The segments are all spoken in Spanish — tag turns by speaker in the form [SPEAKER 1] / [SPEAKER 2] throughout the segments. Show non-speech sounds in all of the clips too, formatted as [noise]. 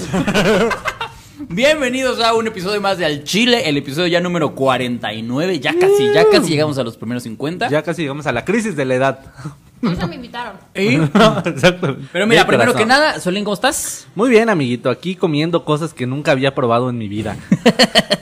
[SPEAKER 1] [laughs] Bienvenidos a un episodio más de Al Chile, el episodio ya número 49. Ya casi, ya casi llegamos a los primeros 50.
[SPEAKER 2] Uh. Ya casi llegamos a la crisis de la edad.
[SPEAKER 3] Por eso me invitaron.
[SPEAKER 2] [laughs]
[SPEAKER 1] Y-
[SPEAKER 2] Exacto.
[SPEAKER 1] Pero
[SPEAKER 2] [laughs]
[SPEAKER 1] mira,
[SPEAKER 2] De
[SPEAKER 1] primero
[SPEAKER 2] corazón.
[SPEAKER 1] que nada, Solín, ¿cómo estás?
[SPEAKER 2] Muy bien, amiguito. Aquí comiendo cosas que nunca había probado en
[SPEAKER 1] [laughs]
[SPEAKER 2] mi vida.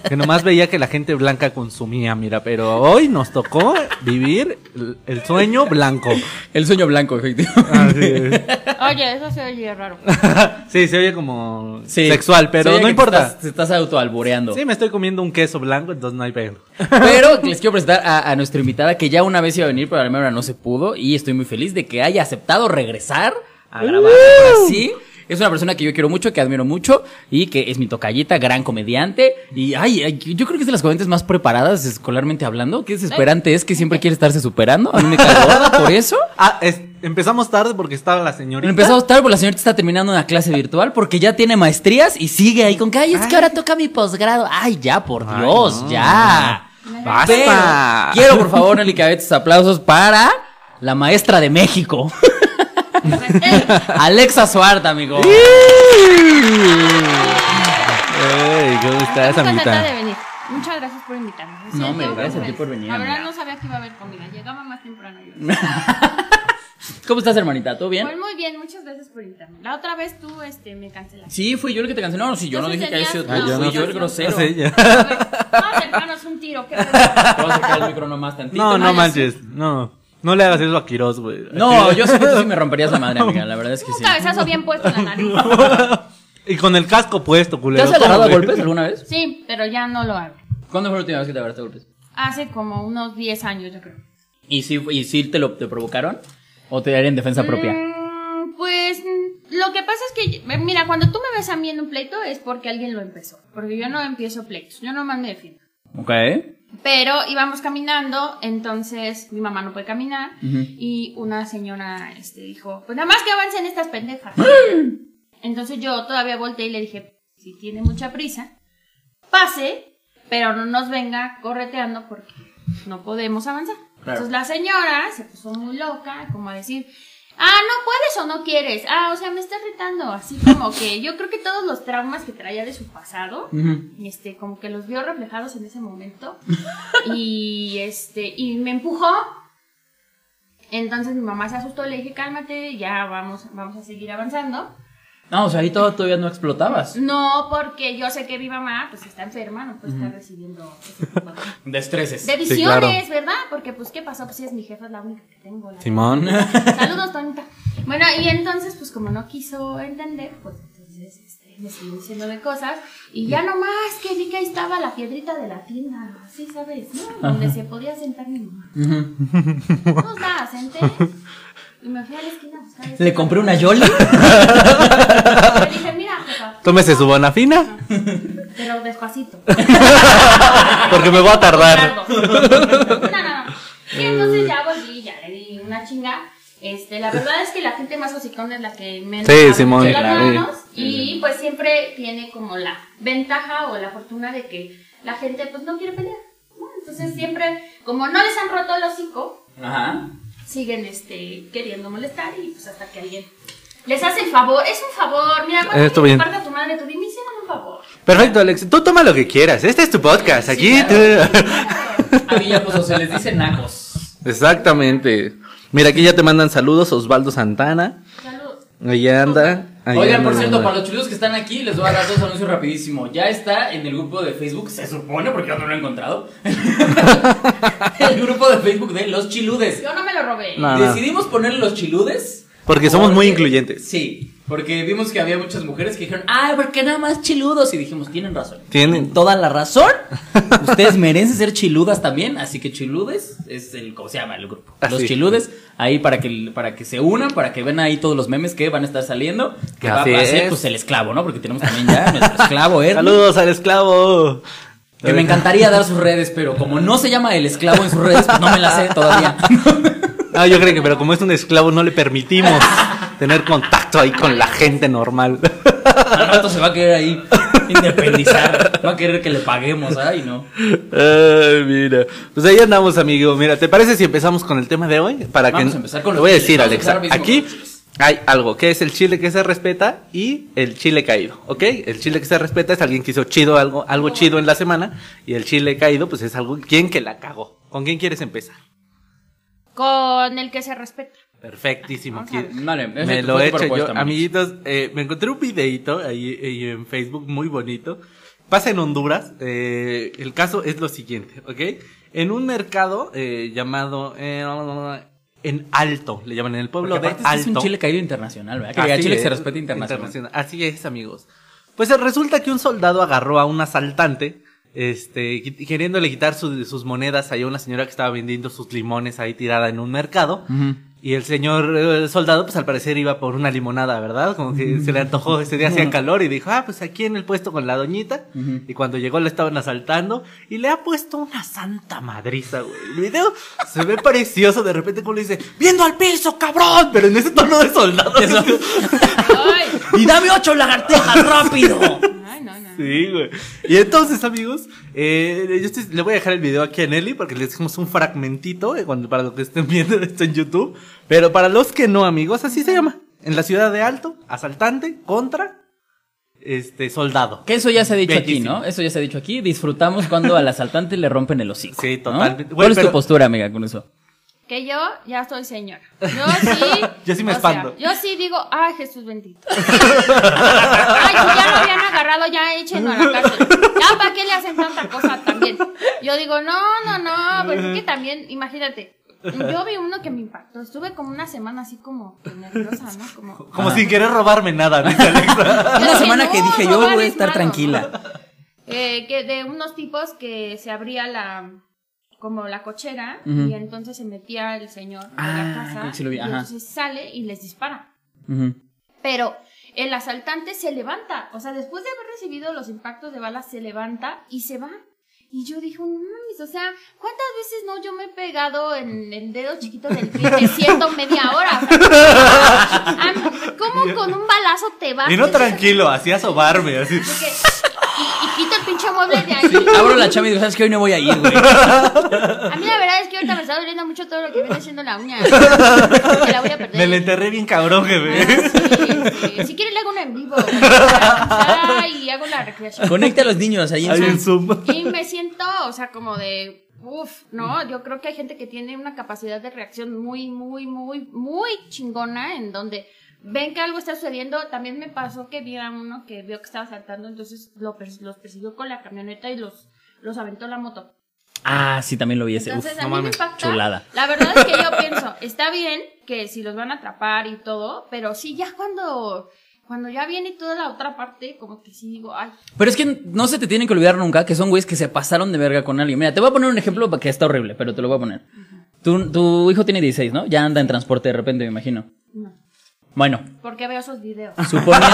[SPEAKER 2] que nomás veía que la gente blanca consumía, mira. Pero hoy nos tocó vivir el- el sueño blanco.
[SPEAKER 1] El sueño blanco, efectivamente.
[SPEAKER 2] Ah,
[SPEAKER 3] Oye, eso se oye raro.
[SPEAKER 2] [laughs] sí, se oye como sexual, pero no importa.
[SPEAKER 1] Te estás, te estás autoalboreando.
[SPEAKER 2] Sí, me estoy comiendo un queso blanco, entonces no hay pedo.
[SPEAKER 1] Pero les quiero presentar a, a nuestra invitada que ya una vez iba a venir, pero a la mera hora no se pudo. Y estoy muy feliz de que haya aceptado regresar a grabar por así. Es una persona que yo quiero mucho, que admiro mucho y que es mi tocallita, gran comediante. Y ay, ay, yo creo que es de las comediantes más preparadas escolarmente hablando. Qué desesperante es que siempre quiere estarse superando. A mí me cae gorda por eso.
[SPEAKER 2] Ah, es- empezamos tarde porque estaba la señorita.
[SPEAKER 1] Empezamos tarde, porque la señorita está terminando una clase virtual porque ya tiene maestrías y sigue ahí con que, ay, es que ahora toca mi posgrado. Ay, ya, por
[SPEAKER 2] Ay,
[SPEAKER 1] Dios,
[SPEAKER 2] no.
[SPEAKER 1] ya.
[SPEAKER 2] Basta.
[SPEAKER 1] Pero quiero, por favor, Nelly Cabezas, aplausos para la maestra de México, [laughs] Alexa Suárez, amigo.
[SPEAKER 2] Ey, ¿cómo estás,
[SPEAKER 3] Estoy muy contenta
[SPEAKER 2] amita?
[SPEAKER 3] de venir. Muchas gracias por invitarme. Me
[SPEAKER 1] No,
[SPEAKER 3] siento
[SPEAKER 1] hombre, gracias a ti
[SPEAKER 3] feliz.
[SPEAKER 1] por venir,
[SPEAKER 3] La verdad
[SPEAKER 1] amiga.
[SPEAKER 3] no sabía que iba a haber comida. Llegaba más temprano yo.
[SPEAKER 1] ¿Cómo estás, hermanita? ¿Todo bien?
[SPEAKER 3] Pues muy bien, muchas gracias por invitarme. La otra vez tú este, me
[SPEAKER 1] [laughs]
[SPEAKER 3] cancelaste.
[SPEAKER 1] Sí, fui yo el que te canceló. No, sí, yo no
[SPEAKER 3] Entonces
[SPEAKER 1] dije que haya sido tú.
[SPEAKER 3] tenías- Ah,
[SPEAKER 1] Fui
[SPEAKER 3] yo no
[SPEAKER 1] yo
[SPEAKER 3] sé.
[SPEAKER 1] el grosero.
[SPEAKER 2] Sí, [laughs] ya.
[SPEAKER 3] No, temprano es un tiro. qué vergüenza.
[SPEAKER 1] Te voy a sacar el micro nomás tantito.
[SPEAKER 2] No, no
[SPEAKER 3] Ay,
[SPEAKER 2] manches. No, no le hagas eso a Quirós, güey.
[SPEAKER 1] No, yo sé que tú sí me romperías la madre, amiga. La verdad es que
[SPEAKER 3] Un
[SPEAKER 1] sí.
[SPEAKER 3] cabezazo bien puesto en
[SPEAKER 1] [laughs]
[SPEAKER 3] la nariz.
[SPEAKER 2] [laughs] Y con el casco puesto,
[SPEAKER 1] ¿Te
[SPEAKER 2] culero.
[SPEAKER 1] has agarrado a
[SPEAKER 2] ¿Cómo, güey?
[SPEAKER 1] golpes alguna vez?
[SPEAKER 3] Sí, pero ya no lo hago.
[SPEAKER 1] ¿Cuándo fue la última vez que te agarraste a golpes?
[SPEAKER 3] Hace como unos 10 años, yo creo.
[SPEAKER 1] ¿Y si, y si te lo te provocaron? ¿O te darían defensa propia?
[SPEAKER 3] Mm, Pues mm, lo que pasa es que, eh, mira, cuando tú me ves a mí en un pleito es porque alguien lo empezó. Porque yo no empiezo pleitos, yo nomás me defiendo.
[SPEAKER 1] Ok.
[SPEAKER 3] Pero íbamos caminando, entonces mi mamá no puede caminar
[SPEAKER 1] Ujú.
[SPEAKER 3] y una señora este, dijo, pues nada más que avancen estas pendejas.
[SPEAKER 1] ¡Ah!
[SPEAKER 3] entonces yo todavía volteé y le dije, si tiene mucha prisa, pase, pero no nos venga correteando porque no podemos avanzar.
[SPEAKER 1] Claro.
[SPEAKER 3] Entonces la señora se puso muy loca, como a decir, ah, no puedes o no quieres, ah, o sea, me estás retando, así como que yo creo que todos los traumas que traía de su pasado
[SPEAKER 1] Ujú.
[SPEAKER 3] este, como que los vio reflejados en ese momento y este, y me empujó. Entonces mi mamá se asustó, le dije, cálmate, ya vamos, vamos a seguir avanzando.
[SPEAKER 1] No, o sea, ahí todo, todavía no explotabas.
[SPEAKER 3] No, porque yo sé que mi mamá, pues está enferma, no puede estar recibiendo ese tipo de,
[SPEAKER 1] Destreces.
[SPEAKER 3] de
[SPEAKER 2] Sí, claro.
[SPEAKER 3] visiones, ¿verdad? Porque, pues, ¿qué pasó? Pues si es mi jefa, es la única que tengo. la-
[SPEAKER 2] Simón.
[SPEAKER 3] Saludos, Tonita. Bueno, y entonces, pues como no quiso entender, pues entonces este, me siguió diciendo de cosas. Y ya nomás que vi que ahí estaba la piedrita de la tienda, así sabes, ¿no? Donde se podía sentar mi mamá. Pues nada, senté. Y me fui a la esquina a buscar. esto.
[SPEAKER 1] Le compré una Yoli.
[SPEAKER 3] Le dije, mira, jefa,
[SPEAKER 2] [laughs] Tómese su bonafina. [laughs]
[SPEAKER 3] pero despacito.
[SPEAKER 2] [laughs] Porque me voy a tardar.
[SPEAKER 3] No, no, no. Y entonces ya volví, ya le di una chinga. Este, la verdad es que la gente más hocicona es la que menos
[SPEAKER 2] Sí,
[SPEAKER 3] abre
[SPEAKER 2] Simón,
[SPEAKER 3] mucho las
[SPEAKER 2] claro.
[SPEAKER 3] manos, y pues siempre tiene como la ventaja o la fortuna de que la gente pues no quiere pelear. ¿no? Entonces siempre, como no les han roto el hocico,
[SPEAKER 1] [laughs] Ajá.
[SPEAKER 3] siguen este, queriendo molestar y pues hasta que alguien les hace el favor. Es un favor, mira,
[SPEAKER 2] Está
[SPEAKER 3] cuando
[SPEAKER 2] bien.
[SPEAKER 3] te parta tu madre, tú di, me hicieron un
[SPEAKER 2] [laughs]
[SPEAKER 3] favor.
[SPEAKER 2] Perfecto, Alex. Tú toma lo que quieras. Este es tu podcast. Aquí tú.
[SPEAKER 1] A mí ya, pues, o se les dice nacos.
[SPEAKER 2] [laughs] Exactamente. Mira, aquí ya te mandan saludos Osvaldo Santana.
[SPEAKER 3] Saludos.
[SPEAKER 2] Ahí anda. Ahí
[SPEAKER 1] Oigan,
[SPEAKER 2] anda,
[SPEAKER 1] por cierto,
[SPEAKER 2] anda.
[SPEAKER 1] para los chulos que están aquí, les voy a dar dos anuncios rapidísimo. Ya está en el grupo de Facebook, se supone, porque yo no lo he encontrado. [laughs] el grupo de Facebook de Los Chiludes.
[SPEAKER 3] Yo no me lo robé.
[SPEAKER 2] No. Ah.
[SPEAKER 1] Decidimos ponerle Los Chiludes.
[SPEAKER 2] Porque somos muy incluyentes.
[SPEAKER 1] Sí, porque vimos que había muchas mujeres que dijeron, ay, ¿por qué nada más chiludos? Y dijimos, tienen razón.
[SPEAKER 2] Tienen.
[SPEAKER 1] toda la
[SPEAKER 2] [laughs]
[SPEAKER 1] razón. Ustedes merecen ser chiludas también, así que chiludes es el cómo se llama el grupo.
[SPEAKER 2] Ah,
[SPEAKER 1] los
[SPEAKER 2] sí.
[SPEAKER 1] chiludes ahí para que para que se unan, para que vean ahí todos los memes que van a estar saliendo, que
[SPEAKER 2] Así
[SPEAKER 1] va a ser
[SPEAKER 2] es.
[SPEAKER 1] pues el esclavo, ¿no? Porque tenemos también ya nuestro esclavo, Ernie,
[SPEAKER 2] Saludos al esclavo.
[SPEAKER 1] ¿eh? Que me encantaría dar sus redes, pero como no se llama el esclavo en sus redes, pues no me las sé todavía.
[SPEAKER 2] [laughs] No, Ah, yo creo que, pero como es un esclavo, no le permitimos tener contacto ahí con la gente normal.
[SPEAKER 1] Al rato se va a querer ahí independizar, va a querer que le paguemos, ay no.
[SPEAKER 2] Ay, mira. Pues ahí andamos, amigo. Mira, ¿te parece si empezamos con el tema de hoy? Para
[SPEAKER 1] Vamos
[SPEAKER 2] que
[SPEAKER 1] a empezar con
[SPEAKER 2] Te
[SPEAKER 1] los
[SPEAKER 2] voy a
[SPEAKER 1] chiles.
[SPEAKER 2] decir,
[SPEAKER 1] Vamos a empezar
[SPEAKER 2] Alexa.
[SPEAKER 1] rapidísimo
[SPEAKER 2] Aquí
[SPEAKER 1] con los chiles.
[SPEAKER 2] hay algo, que es el chile que se respeta y el chile caído, ¿ok? El chile que se respeta es alguien que hizo chido algo, algo chido en la semana y el chile caído pues es algo, quien que la cagó? ¿Con quién quieres empezar?
[SPEAKER 3] Con el que se respeta.
[SPEAKER 2] Perfectísimo.
[SPEAKER 3] Vamos a ver.
[SPEAKER 1] Vale, esa
[SPEAKER 2] me
[SPEAKER 1] es tu-
[SPEAKER 2] lo
[SPEAKER 1] fue
[SPEAKER 2] he
[SPEAKER 1] tu
[SPEAKER 2] hecho yo.
[SPEAKER 1] propuesta, Monich.
[SPEAKER 2] Amiguitos, eh, me encontré un videito ahí, ahí en Facebook muy bonito. Pasa en Honduras. eh, el caso es lo siguiente, ¿ok? En un mercado eh, llamado eh, en Alto, le llaman en el pueblo
[SPEAKER 1] Porque
[SPEAKER 2] de
[SPEAKER 1] aparte este
[SPEAKER 2] Alto.
[SPEAKER 1] es un chile caído internacional, ¿verdad? Que
[SPEAKER 2] Así
[SPEAKER 1] diga chile que se
[SPEAKER 2] es,
[SPEAKER 1] respeta internacional.
[SPEAKER 2] internacional. Así es, amigos. Pues eh, resulta que un soldado agarró a un asaltante, este, qui- queriéndole quitar su- sus monedas ahí a una señora que estaba vendiendo sus limones ahí tirada en un mercado. Y el señor eh, soldado, pues al parecer iba por una limonada, ¿verdad? Como que se le antojó, ese día hacía calor y dijo, ah, pues aquí en el puesto con la doñita.
[SPEAKER 1] Ujú.
[SPEAKER 2] Y cuando llegó le estaban asaltando y le ha puesto una santa madriza, güey. El video se ve precioso, de repente como le dice, viendo al piso, cabrón, pero en ese tono de soldado.
[SPEAKER 3] Ay,
[SPEAKER 1] ¡Y dame ocho lagartijas rápido!
[SPEAKER 3] ay, no, no.
[SPEAKER 2] Sí, güey. Y entonces, amigos, eh, yo estoy- le voy a dejar el video aquí a Nelly porque les dejamos un fragmentito eh, cuando- para los que estén viendo [laughs] esto en YouTube. Pero para los que no, amigos, así se llama. En la ciudad de Alto, asaltante contra este soldado.
[SPEAKER 1] Que eso ya se ha dicho
[SPEAKER 2] Bellísimo.
[SPEAKER 1] aquí, ¿no? Eso ya se ha dicho aquí. Disfrutamos cuando al asaltante le rompen el hocico.
[SPEAKER 2] Sí,
[SPEAKER 1] ¿no?
[SPEAKER 2] totalmente.
[SPEAKER 1] ¿Cuál
[SPEAKER 2] Güey,
[SPEAKER 1] es tu
[SPEAKER 2] pero-
[SPEAKER 1] postura, amiga, con eso?
[SPEAKER 3] Que yo ya soy señora.
[SPEAKER 1] [laughs]
[SPEAKER 3] Yo sí.
[SPEAKER 2] Yo sí me
[SPEAKER 3] o
[SPEAKER 2] espanto.
[SPEAKER 3] sea, yo sí digo, ay, Jesús bendito. [laughs] ay, si ya lo habían agarrado, ya échenlo a la cárcel. Ya, ¿para qué le hacen tanta cosa también? Yo digo, no, no, no, pues es que también, imagínate. Yo vi uno que me impactó. Estuve como una semana así como que nerviosa, ¿no? Como.
[SPEAKER 2] Como
[SPEAKER 1] Ajá.
[SPEAKER 2] sin querer robarme nada, dice
[SPEAKER 1] [laughs]
[SPEAKER 2] Alexa.
[SPEAKER 1] Una semana que
[SPEAKER 3] no,
[SPEAKER 1] dije, yo
[SPEAKER 3] robar
[SPEAKER 1] voy a
[SPEAKER 3] es
[SPEAKER 1] estar
[SPEAKER 3] malo".
[SPEAKER 1] tranquila.
[SPEAKER 3] Eh, que de unos tipos que se abría la como la cochera
[SPEAKER 1] Ujú.
[SPEAKER 3] y entonces se metía el señor de
[SPEAKER 1] Ah,
[SPEAKER 3] la casa
[SPEAKER 1] creo que sí lo vi,
[SPEAKER 3] y
[SPEAKER 1] ajá.
[SPEAKER 3] entonces sale y les dispara.
[SPEAKER 1] Ujú.
[SPEAKER 3] Pero el asaltante se levanta, o sea, después de haber recibido los impactos de balas se levanta y se va. Y yo dije, no mames, o sea, ¿cuántas veces no yo me he pegado en el dedo chiquito del pie y me siento media hora? O sea, am- Ah, ¿Cómo con un balazo te vas?
[SPEAKER 2] Y no tranquilo, así a sobarme, así.
[SPEAKER 3] Porque- Y, y quita el pinche mueble de ahí.
[SPEAKER 1] Abro la chama y digo, ¿sabes qué? Hoy no voy a ir, güey.
[SPEAKER 3] A mí la verdad es que ahorita me está doliendo mucho todo lo que viene siendo la uña. Me la voy a perder.
[SPEAKER 2] Me le enterré bien cabrón,
[SPEAKER 3] Ah,
[SPEAKER 2] jefe.
[SPEAKER 3] sí, sí. Si quieres le hago una en vivo. Ay, y hago la recreación.
[SPEAKER 1] Conecta a los niños ahí en
[SPEAKER 2] Ahí en
[SPEAKER 1] Zoom.
[SPEAKER 2] Zoom.
[SPEAKER 3] Y me siento, o sea, como de... Uf, no, yo creo que hay gente que tiene una capacidad de reacción muy, muy, muy, muy chingona en donde ven que algo está sucediendo. También me pasó que vi a uno que vio que estaba saltando, entonces lo pers- los persiguió con la camioneta y los, los aventó la moto.
[SPEAKER 1] Ah, sí, también lo vi ese. Uf,
[SPEAKER 3] Entonces, a
[SPEAKER 2] no
[SPEAKER 3] mí me
[SPEAKER 2] mames,
[SPEAKER 3] impacta.
[SPEAKER 1] chulada.
[SPEAKER 3] La verdad es que yo pienso, está bien que si los van a atrapar y todo, pero sí, ya cuando, cuando ya viene toda la otra parte, como que sí digo, ay,
[SPEAKER 1] Pero es que no se te tienen que olvidar nunca que son güeyes que se pasaron de verga con alguien. Mira, te voy a poner un ejemplo pa- que está horrible, pero te lo voy a poner. Tu, tu hijo tiene 16, ¿no? Ya anda en transporte de repente, me imagino.
[SPEAKER 3] no,
[SPEAKER 1] Bueno,
[SPEAKER 3] porque veo esos videos.
[SPEAKER 1] suponiendo.
[SPEAKER 3] [laughs]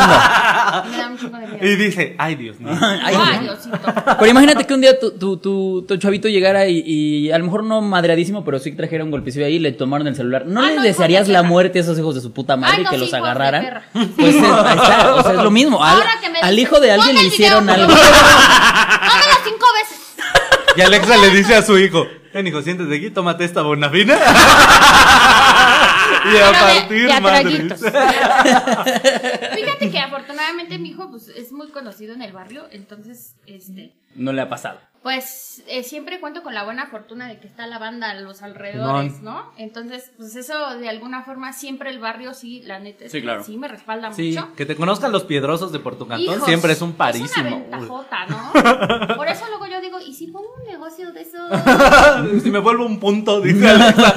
[SPEAKER 1] [laughs]
[SPEAKER 3] Me da un chingo de miedo.
[SPEAKER 2] Y dice, ay Dios mío.
[SPEAKER 1] Ah. Ay,
[SPEAKER 3] Ay,
[SPEAKER 1] ¿no?
[SPEAKER 3] Diosito.
[SPEAKER 1] Pero imagínate que un día tu, tu, tu, tu chavito llegara y, y a lo mejor no madreadísimo, pero sí trajera un golpecillo ahí y le tomaron el celular. ¿No
[SPEAKER 3] Ah,
[SPEAKER 1] le
[SPEAKER 3] no,
[SPEAKER 1] desearías
[SPEAKER 3] hijos de
[SPEAKER 1] la
[SPEAKER 3] perra.
[SPEAKER 1] muerte a esos hijos de su puta madre
[SPEAKER 3] Ay,
[SPEAKER 1] y que
[SPEAKER 3] no,
[SPEAKER 1] los
[SPEAKER 3] hijos de
[SPEAKER 1] agarraran?
[SPEAKER 3] perra. [laughs]
[SPEAKER 1] Pues es, ahí está, o sea, es lo mismo. Al,
[SPEAKER 3] Ahora que me
[SPEAKER 1] al
[SPEAKER 3] dices,
[SPEAKER 1] hijo de alguien
[SPEAKER 3] ponga
[SPEAKER 1] le
[SPEAKER 3] el
[SPEAKER 1] hicieron
[SPEAKER 3] video,
[SPEAKER 1] algo.
[SPEAKER 3] por
[SPEAKER 1] [laughs]
[SPEAKER 3] favor. Hágalo cinco veces.
[SPEAKER 2] Y Alexa le dice a su hijo, ven hijo, siéntate aquí, tómate esta
[SPEAKER 3] [laughs]
[SPEAKER 2] bonafina. y
[SPEAKER 3] Pero
[SPEAKER 2] a
[SPEAKER 3] de-
[SPEAKER 2] partir
[SPEAKER 3] de a
[SPEAKER 2] madres.
[SPEAKER 3] traguitos. Fíjate que afortunadamente mi hijo pues, es muy conocido en el barrio, entonces, este...
[SPEAKER 1] No le ha pasado.
[SPEAKER 3] Pues eh, siempre cuento con la buena fortuna de que está la banda a los alrededores, ¿no? Entonces, pues eso de alguna forma siempre el barrio sí, la neta, es
[SPEAKER 1] Sí,
[SPEAKER 3] que
[SPEAKER 1] claro.
[SPEAKER 3] sí me respalda
[SPEAKER 2] Sí,
[SPEAKER 3] mucho.
[SPEAKER 2] que te conozcan los piedrosos de Portucantón
[SPEAKER 3] Hijos,
[SPEAKER 2] siempre es un
[SPEAKER 3] Es una
[SPEAKER 2] parísimo.
[SPEAKER 3] ventajota, ¿no? Por eso luego yo digo, ¿y si pongo un negocio
[SPEAKER 2] [laughs]
[SPEAKER 3] de eso? Imagínate,
[SPEAKER 2] güey. [laughs] si me vuelvo un punto, dice Alexa.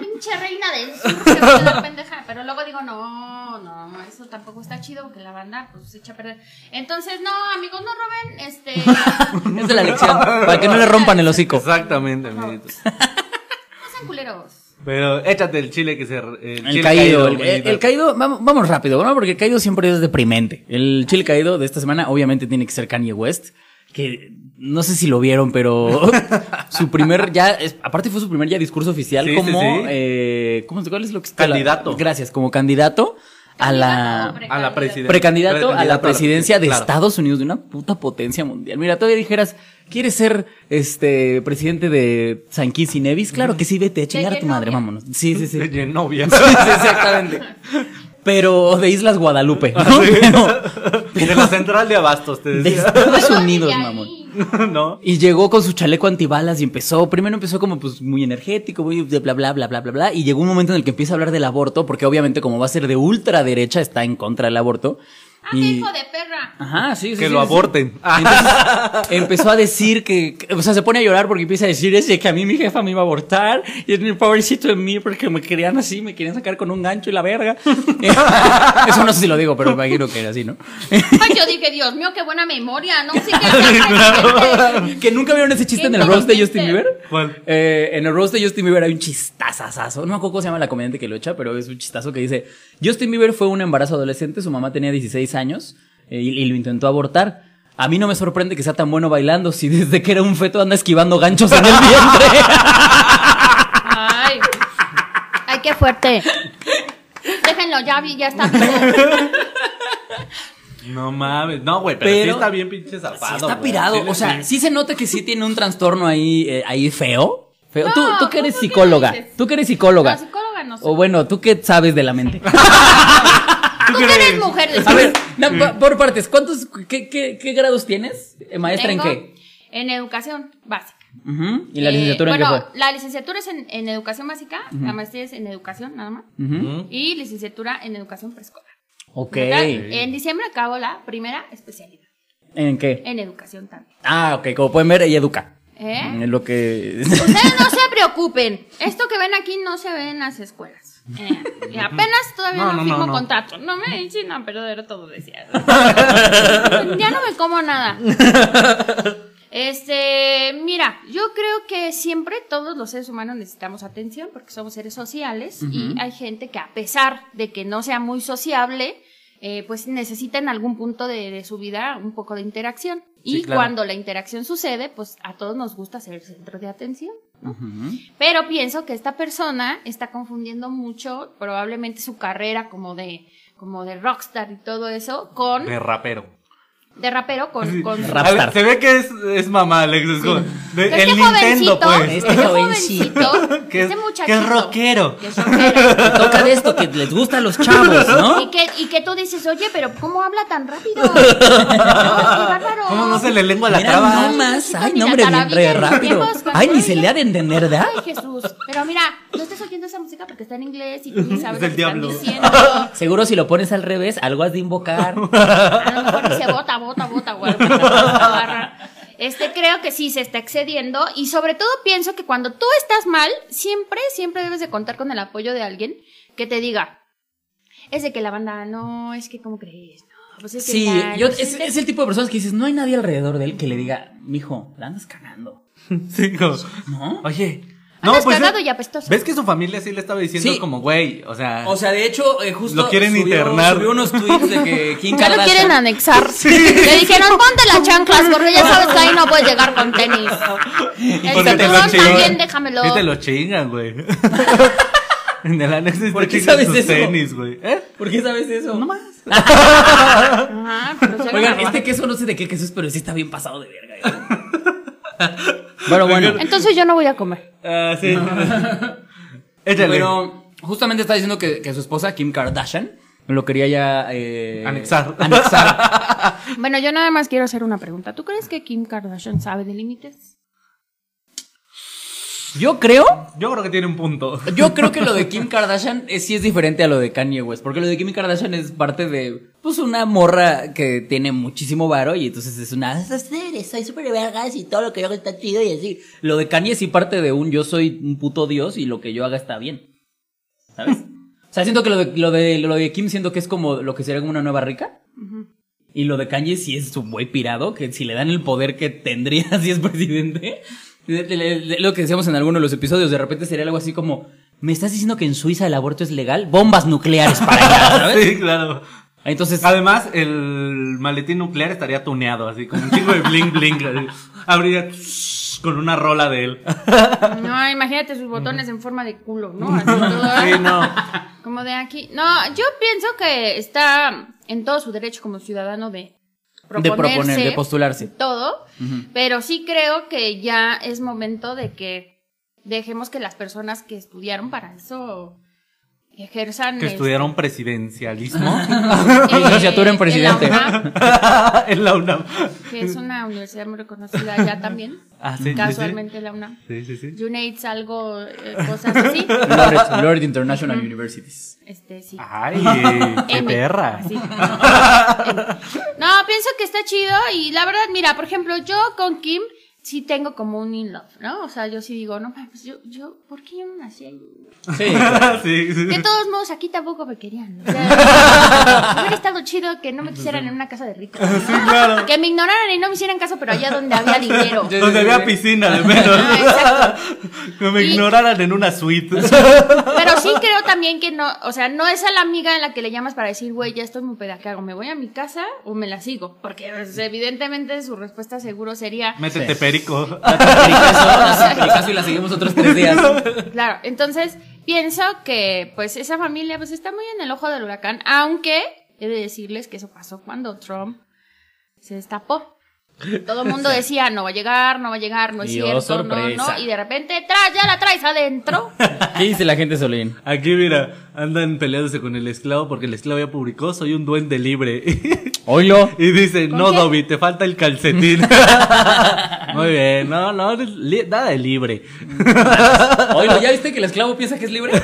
[SPEAKER 3] pinche reina del sur que va a la pendeja. Pero luego digo, no, no, eso tampoco está chido porque la banda pues se echa a perder. Entonces, no, amigos, no roben, este, [laughs]
[SPEAKER 1] Esa es la lección. Para que no le rompan el hocico.
[SPEAKER 2] Exactamente, amiguitos.
[SPEAKER 3] no sean culeros.
[SPEAKER 2] Pero échate el chile que se... El,
[SPEAKER 1] El
[SPEAKER 2] chile
[SPEAKER 1] caído, el,
[SPEAKER 2] amiguitos.
[SPEAKER 1] el caído, vamos, vamos rápido, ¿no? Porque el caído siempre es deprimente. El chile caído de esta semana obviamente tiene que ser Kanye West, que no sé si lo vieron,
[SPEAKER 2] [laughs]
[SPEAKER 1] pero su primer ya, es- aparte fue su primer ya discurso oficial
[SPEAKER 2] Sí, sí,
[SPEAKER 1] como,
[SPEAKER 2] sí.
[SPEAKER 1] eh, ¿cómo se- cuál es lo que está?
[SPEAKER 2] Candidato.
[SPEAKER 1] Gracias, como candidato a la
[SPEAKER 3] Candidato o
[SPEAKER 2] A la
[SPEAKER 3] precandidato.
[SPEAKER 2] presiden-
[SPEAKER 1] precandidato a la presidencia de
[SPEAKER 2] Claro.
[SPEAKER 1] Estados Unidos, de una puta potencia mundial. Mira, todavía dijeras, ¿quieres ser este presidente de San Kitts y Nevis? Claro que sí, vete a chingar a tu madre,
[SPEAKER 3] Genovia.
[SPEAKER 1] vámonos. Sí, sí, sí.
[SPEAKER 2] De Genovia.
[SPEAKER 1] Sí, sí, exactamente. Pero o de Islas Guadalupe, ¿no? [laughs] Pero,
[SPEAKER 2] De
[SPEAKER 1] pero
[SPEAKER 2] la central de Abastos, te
[SPEAKER 1] de
[SPEAKER 2] decía.
[SPEAKER 1] Estados
[SPEAKER 3] No,
[SPEAKER 1] Unidos,
[SPEAKER 3] ni ahí.
[SPEAKER 1] mamón.
[SPEAKER 2] [laughs] ¿No?
[SPEAKER 1] Y llegó con su chaleco antibalas y empezó, primero empezó como pues muy energético, muy de bla bla bla bla bla bla, y llegó un momento en el que empieza a hablar del aborto, porque obviamente como va a ser de ultraderecha, está en contra del aborto.
[SPEAKER 3] Ah, qué
[SPEAKER 1] y...
[SPEAKER 3] hijo de perra.
[SPEAKER 1] Ajá, sí, sí,
[SPEAKER 2] Que
[SPEAKER 1] sí,
[SPEAKER 2] lo
[SPEAKER 1] sí, sí.
[SPEAKER 2] aborten. Ah,
[SPEAKER 1] Entonces, empezó a decir que, que- o sea, se pone a llorar porque empieza a decir ese que a mí mi jefa me iba a abortar y es mi pobrecito de mí porque me querían así, me querían sacar con un gancho y la
[SPEAKER 2] [laughs]
[SPEAKER 1] verga. Eh, [laughs] Eso no sé si lo digo, pero me imagino que era así, ¿no?
[SPEAKER 3] Ay, yo dije, Dios mío, qué buena memoria. No sé
[SPEAKER 1] [laughs]
[SPEAKER 3] qué.
[SPEAKER 1] que nunca vieron ese chiste en el roast de Justin Bieber.
[SPEAKER 2] ¿Cuál?
[SPEAKER 1] Eh, en el roast de Justin Bieber hay un chistazazazo. No me acuerdo cómo se llama la comediante que lo echa, pero es un chistazo que dice: Justin Bieber fue un embarazo adolescente, su mamá tenía 16 años eh, y, y lo intentó abortar. A mí no me sorprende que sea tan bueno bailando si desde que era un feto anda esquivando ganchos en el vientre.
[SPEAKER 3] Ay. Ay, qué fuerte. Déjenlo, ya vi,
[SPEAKER 1] [laughs]
[SPEAKER 3] ya está.
[SPEAKER 2] No mames. No, güey, pero, sí
[SPEAKER 1] Pero-
[SPEAKER 2] está bien pinche zapado.
[SPEAKER 1] Sí, está
[SPEAKER 2] güey.
[SPEAKER 1] pirado.
[SPEAKER 2] Sí le-
[SPEAKER 1] o sea,
[SPEAKER 2] sí.
[SPEAKER 1] sí se nota que sí tiene un trastorno ahí, eh, ahí feo. Feo. tú,
[SPEAKER 3] No,
[SPEAKER 1] tú que eres
[SPEAKER 3] ¿por qué
[SPEAKER 1] psicóloga.
[SPEAKER 3] dices?
[SPEAKER 1] Tú que eres psicóloga.
[SPEAKER 3] No, psicóloga no soy.
[SPEAKER 1] O bueno, tú que sabes de la mente.
[SPEAKER 3] Tú que eres mujer.
[SPEAKER 1] A ver,
[SPEAKER 3] [laughs]
[SPEAKER 1] no, pa- por partes, ¿cuántos, qué, qué- qué grados tienes? Eh, ¿Maestra
[SPEAKER 3] Tengo
[SPEAKER 1] en qué?
[SPEAKER 3] En educación básica.
[SPEAKER 1] Ujú, ¿Y la
[SPEAKER 3] Eh,
[SPEAKER 1] licenciatura en
[SPEAKER 3] bueno,
[SPEAKER 1] qué
[SPEAKER 3] la licenciatura es en, en educación básica, la maestría es en educación, nada más.
[SPEAKER 1] fue? Ujú,
[SPEAKER 3] Y licenciatura en educación preescolar.
[SPEAKER 1] Ok.
[SPEAKER 3] En diciembre acabo la primera especialidad,
[SPEAKER 1] ¿En qué?
[SPEAKER 3] en educación también.
[SPEAKER 1] Ah, ok, como pueden ver, ella educa.
[SPEAKER 3] ¿Eh?
[SPEAKER 1] Es lo que... [laughs]
[SPEAKER 3] [laughs] Ustedes no se preocupen, esto que ven aquí no se ve en las escuelas. Eh, y apenas todavía
[SPEAKER 2] No,
[SPEAKER 3] no,
[SPEAKER 2] no, no,
[SPEAKER 3] firmo
[SPEAKER 2] no.
[SPEAKER 3] contrato. No me echen a perder todo, decía. ya no me como nada. Este, mira, yo creo que siempre todos los seres humanos necesitamos atención porque somos seres sociales y hay gente que a pesar de que no sea muy sociable, eh, pues necesita en algún punto de, de su vida un poco de interacción.
[SPEAKER 2] Sí,
[SPEAKER 3] y
[SPEAKER 2] claro.
[SPEAKER 3] cuando la interacción sucede, pues a todos nos gusta ser el centro de atención. ¿no? Pero pienso que esta persona está confundiendo mucho probablemente su carrera como de como de rockstar y todo eso con
[SPEAKER 2] De rapero.
[SPEAKER 3] de rapero con, con su-
[SPEAKER 1] Rapstar.
[SPEAKER 2] A ver, Se ve que es, es mamá, Alex. Es como- de-
[SPEAKER 3] Este
[SPEAKER 2] el
[SPEAKER 3] jovencito,
[SPEAKER 2] Nintendo, pues.
[SPEAKER 1] Este
[SPEAKER 3] este
[SPEAKER 1] jovencito.
[SPEAKER 2] [laughs]
[SPEAKER 3] jovencito,
[SPEAKER 2] Que es-
[SPEAKER 3] este muchachito,
[SPEAKER 2] que es rockero.
[SPEAKER 3] que
[SPEAKER 2] [laughs]
[SPEAKER 3] es rockero,
[SPEAKER 1] Que toca de esto que les gusta a los chavos,
[SPEAKER 3] y,
[SPEAKER 1] ¿no?
[SPEAKER 3] que, y que tú dices, oye, pero ¿cómo habla
[SPEAKER 2] [laughs]
[SPEAKER 3] tan rápido? No, qué bárbaro.
[SPEAKER 2] ¿Cómo no se le lengua la
[SPEAKER 1] Mira,
[SPEAKER 2] traba?
[SPEAKER 1] no más.
[SPEAKER 3] Chico,
[SPEAKER 1] Ay,
[SPEAKER 3] ni
[SPEAKER 1] no,
[SPEAKER 3] la
[SPEAKER 1] hombre, bien
[SPEAKER 3] maravilla
[SPEAKER 1] re
[SPEAKER 3] de los
[SPEAKER 1] rápido.
[SPEAKER 3] tiempos, cuando
[SPEAKER 1] Ay, ni
[SPEAKER 3] yo-
[SPEAKER 1] se le ha de entender, ¿verdad?
[SPEAKER 3] Ay, Jesús. Pero mira, no estés oyendo esa música porque está en inglés y tú ni sabes
[SPEAKER 2] del
[SPEAKER 3] lo que están
[SPEAKER 2] diablo.
[SPEAKER 3] diciendo.
[SPEAKER 1] Seguro si lo pones al revés, algo has de
[SPEAKER 3] [laughs]
[SPEAKER 1] invocar.
[SPEAKER 3] A lo mejor dice bota, bota, bota, o algo, barra. Este, creo que sí se está excediendo y sobre todo pienso que cuando tú estás mal, siempre, siempre debes de contar con el apoyo de alguien que te diga, es de que la banda, no, es que ¿cómo crees? No, pues es que
[SPEAKER 1] Sí,
[SPEAKER 3] tal,
[SPEAKER 1] yo,
[SPEAKER 3] pues
[SPEAKER 1] es,
[SPEAKER 3] que-
[SPEAKER 1] es el tipo de personas que dices, no hay nadie alrededor de él que le diga, mijo, la andas cagando,
[SPEAKER 2] [laughs] Sí, como,
[SPEAKER 1] ¿no?
[SPEAKER 2] Oye.
[SPEAKER 3] Andas
[SPEAKER 2] pues,
[SPEAKER 3] cagado y apestoso.
[SPEAKER 2] ¿Ves que su familia sí le estaba diciendo
[SPEAKER 1] Sí.
[SPEAKER 2] como, güey? O sea. [laughs]
[SPEAKER 1] O sea, de hecho, eh, justo
[SPEAKER 2] Lo quieren
[SPEAKER 1] subió,
[SPEAKER 2] internar.
[SPEAKER 1] subió unos tweets de que Kim
[SPEAKER 3] Ya lo
[SPEAKER 1] Kardashian-
[SPEAKER 3] quieren anexar. Le dijeron, ponte las chanclas, gordo, ya sabes que ahí no puedes llegar con tenis. El
[SPEAKER 2] porque te lo
[SPEAKER 3] cinturón
[SPEAKER 2] chingan.
[SPEAKER 3] también, déjamelo.
[SPEAKER 2] Sí te lo
[SPEAKER 1] [laughs]
[SPEAKER 2] chingan, güey. en el anexo te
[SPEAKER 1] ¿Por qué
[SPEAKER 2] chingan
[SPEAKER 1] sabes
[SPEAKER 2] sus
[SPEAKER 1] eso?
[SPEAKER 2] tenis, güey. ¿Eh?
[SPEAKER 1] ¿Por qué sabes eso? No más.
[SPEAKER 3] Ajá, pero se
[SPEAKER 1] Oigan,
[SPEAKER 3] agarró.
[SPEAKER 1] este queso no sé de qué queso es, pero sí está bien pasado de verga. eh. bueno, bueno.
[SPEAKER 3] Entonces yo no voy a comer.
[SPEAKER 2] Ah, sí. [laughs] Échale.
[SPEAKER 1] Pero justamente está diciendo que, que su esposa, Kim Kardashian, lo quería ya... eh,
[SPEAKER 2] Anexar.
[SPEAKER 1] Anexar.
[SPEAKER 3] Bueno, yo nada más quiero hacer una pregunta. ¿Tú crees que Kim Kardashian sabe de límites?
[SPEAKER 1] Yo creo...
[SPEAKER 2] [laughs] Yo creo que tiene un punto.
[SPEAKER 1] [laughs] Yo creo que lo de Kim Kardashian es- sí es diferente a lo de Kanye West, porque lo de Kim Kardashian es parte de, pues, una morra que tiene muchísimo varo y entonces es una, "Ah, sí, soy súper vergas y todo lo que yo hago está chido y así. Lo de Kanye sí parte de un yo soy un puto dios y lo que yo haga está bien. ¿Sabes? o sea, siento que lo de, lo de, lo de Kim siento que es como lo que sería como una nueva rica. Y lo de Kanye sí es un güey pirado, que si le dan el poder que tendría [laughs] si es presidente, le- le- le- lo que decíamos en alguno de los episodios, de repente sería algo así [laughs] como, ¿me estás diciendo que en Suiza el aborto es legal? Bombas nucleares para allá, ¿sabes?
[SPEAKER 2] [laughs] sí, claro.
[SPEAKER 1] Entonces,
[SPEAKER 2] Además, el maletín nuclear estaría tuneado, así, con un chingo de bling bling. así. Habría tss, con una rola de
[SPEAKER 3] [laughs]
[SPEAKER 2] él.
[SPEAKER 3] No, imagínate sus botones en forma de culo, ¿no? Así todo, ¿eh?
[SPEAKER 2] Sí, no.
[SPEAKER 3] Este. Como de aquí. No, yo pienso que está en todo su derecho como ciudadano de
[SPEAKER 1] de
[SPEAKER 3] proponerse
[SPEAKER 1] proponer, de postularse.
[SPEAKER 3] todo, pero sí creo que ya es momento de que dejemos que las personas que estudiaron para eso ejerzan
[SPEAKER 2] Que
[SPEAKER 3] este,
[SPEAKER 2] estudiaron presidencialismo [laughs]
[SPEAKER 3] eh,
[SPEAKER 1] Licenciatura en
[SPEAKER 3] la
[SPEAKER 1] presidente.
[SPEAKER 3] UNAM,
[SPEAKER 2] en la UNAM.
[SPEAKER 3] que es una universidad muy reconocida ya también,
[SPEAKER 2] Ah, sí, sí, sí.
[SPEAKER 3] casualmente la UNAM.
[SPEAKER 2] Sí, sí, sí.
[SPEAKER 3] UNAIDS algo, eh, cosas así.
[SPEAKER 1] [laughs] Lord, Lord International Universities.
[SPEAKER 3] Este, sí.
[SPEAKER 2] Ay, eh, qué
[SPEAKER 3] M,
[SPEAKER 2] perra. [laughs]
[SPEAKER 3] así. No, pienso que está chido y la verdad, mira, por ejemplo, yo con Kim sí tengo como un in love, ¿no? O sea, yo sí digo, no, ma, pues yo, yo, ¿por qué yo no nací ahí?
[SPEAKER 1] Sí.
[SPEAKER 2] Sí, sí.
[SPEAKER 3] De todos modos, aquí tampoco me querían. O
[SPEAKER 2] [laughs]
[SPEAKER 3] sea, hubiera estado chido que no me quisieran en una casa de ricos. ¿no? Que me ignoraran y no me hicieran caso, pero allá donde
[SPEAKER 2] [laughs]
[SPEAKER 3] había dinero.
[SPEAKER 1] Yo-
[SPEAKER 2] Donde había piscina, de menos.
[SPEAKER 3] Ah, exacto.
[SPEAKER 2] Que me
[SPEAKER 3] Y-
[SPEAKER 2] ignoraran en una
[SPEAKER 3] [laughs]
[SPEAKER 2] suite.
[SPEAKER 3] Pero sí creo también que no, o sea, no es a la amiga en la que le llamas para decir, güey, ya estoy muy peda, ¿qué hago? ¿Me voy a mi casa o me la sigo? Porque pues, evidentemente su respuesta seguro sería,
[SPEAKER 2] Métete
[SPEAKER 1] Sí.
[SPEAKER 2] perico.
[SPEAKER 1] Pericazo, y la seguimos otros tres días.
[SPEAKER 3] claro, entonces pienso que pues esa familia pues está muy en el ojo del huracán, aunque he de decirles que eso pasó cuando Trump se destapó. Todo el mundo decía, no va a llegar, no va a llegar, no es
[SPEAKER 1] Y oh,
[SPEAKER 3] cierto, no,
[SPEAKER 1] sorpresa.
[SPEAKER 3] no, y de repente, tras, ya la
[SPEAKER 1] [laughs]
[SPEAKER 3] traes adentro.
[SPEAKER 1] ¿Qué dice la gente, Solín?
[SPEAKER 2] Aquí, mira, andan peleándose con el esclavo porque el esclavo ya publicó, soy un duende libre. [laughs]
[SPEAKER 1] Oilo.
[SPEAKER 2] Y dice,
[SPEAKER 3] ¿Con
[SPEAKER 2] no,
[SPEAKER 3] quién?
[SPEAKER 2] Dobby, te falta el
[SPEAKER 3] [laughs]
[SPEAKER 2] calcetín. Muy bien, no, no, eres li- nada de libre.
[SPEAKER 1] Oilo, ¿ya viste que el esclavo piensa que es libre?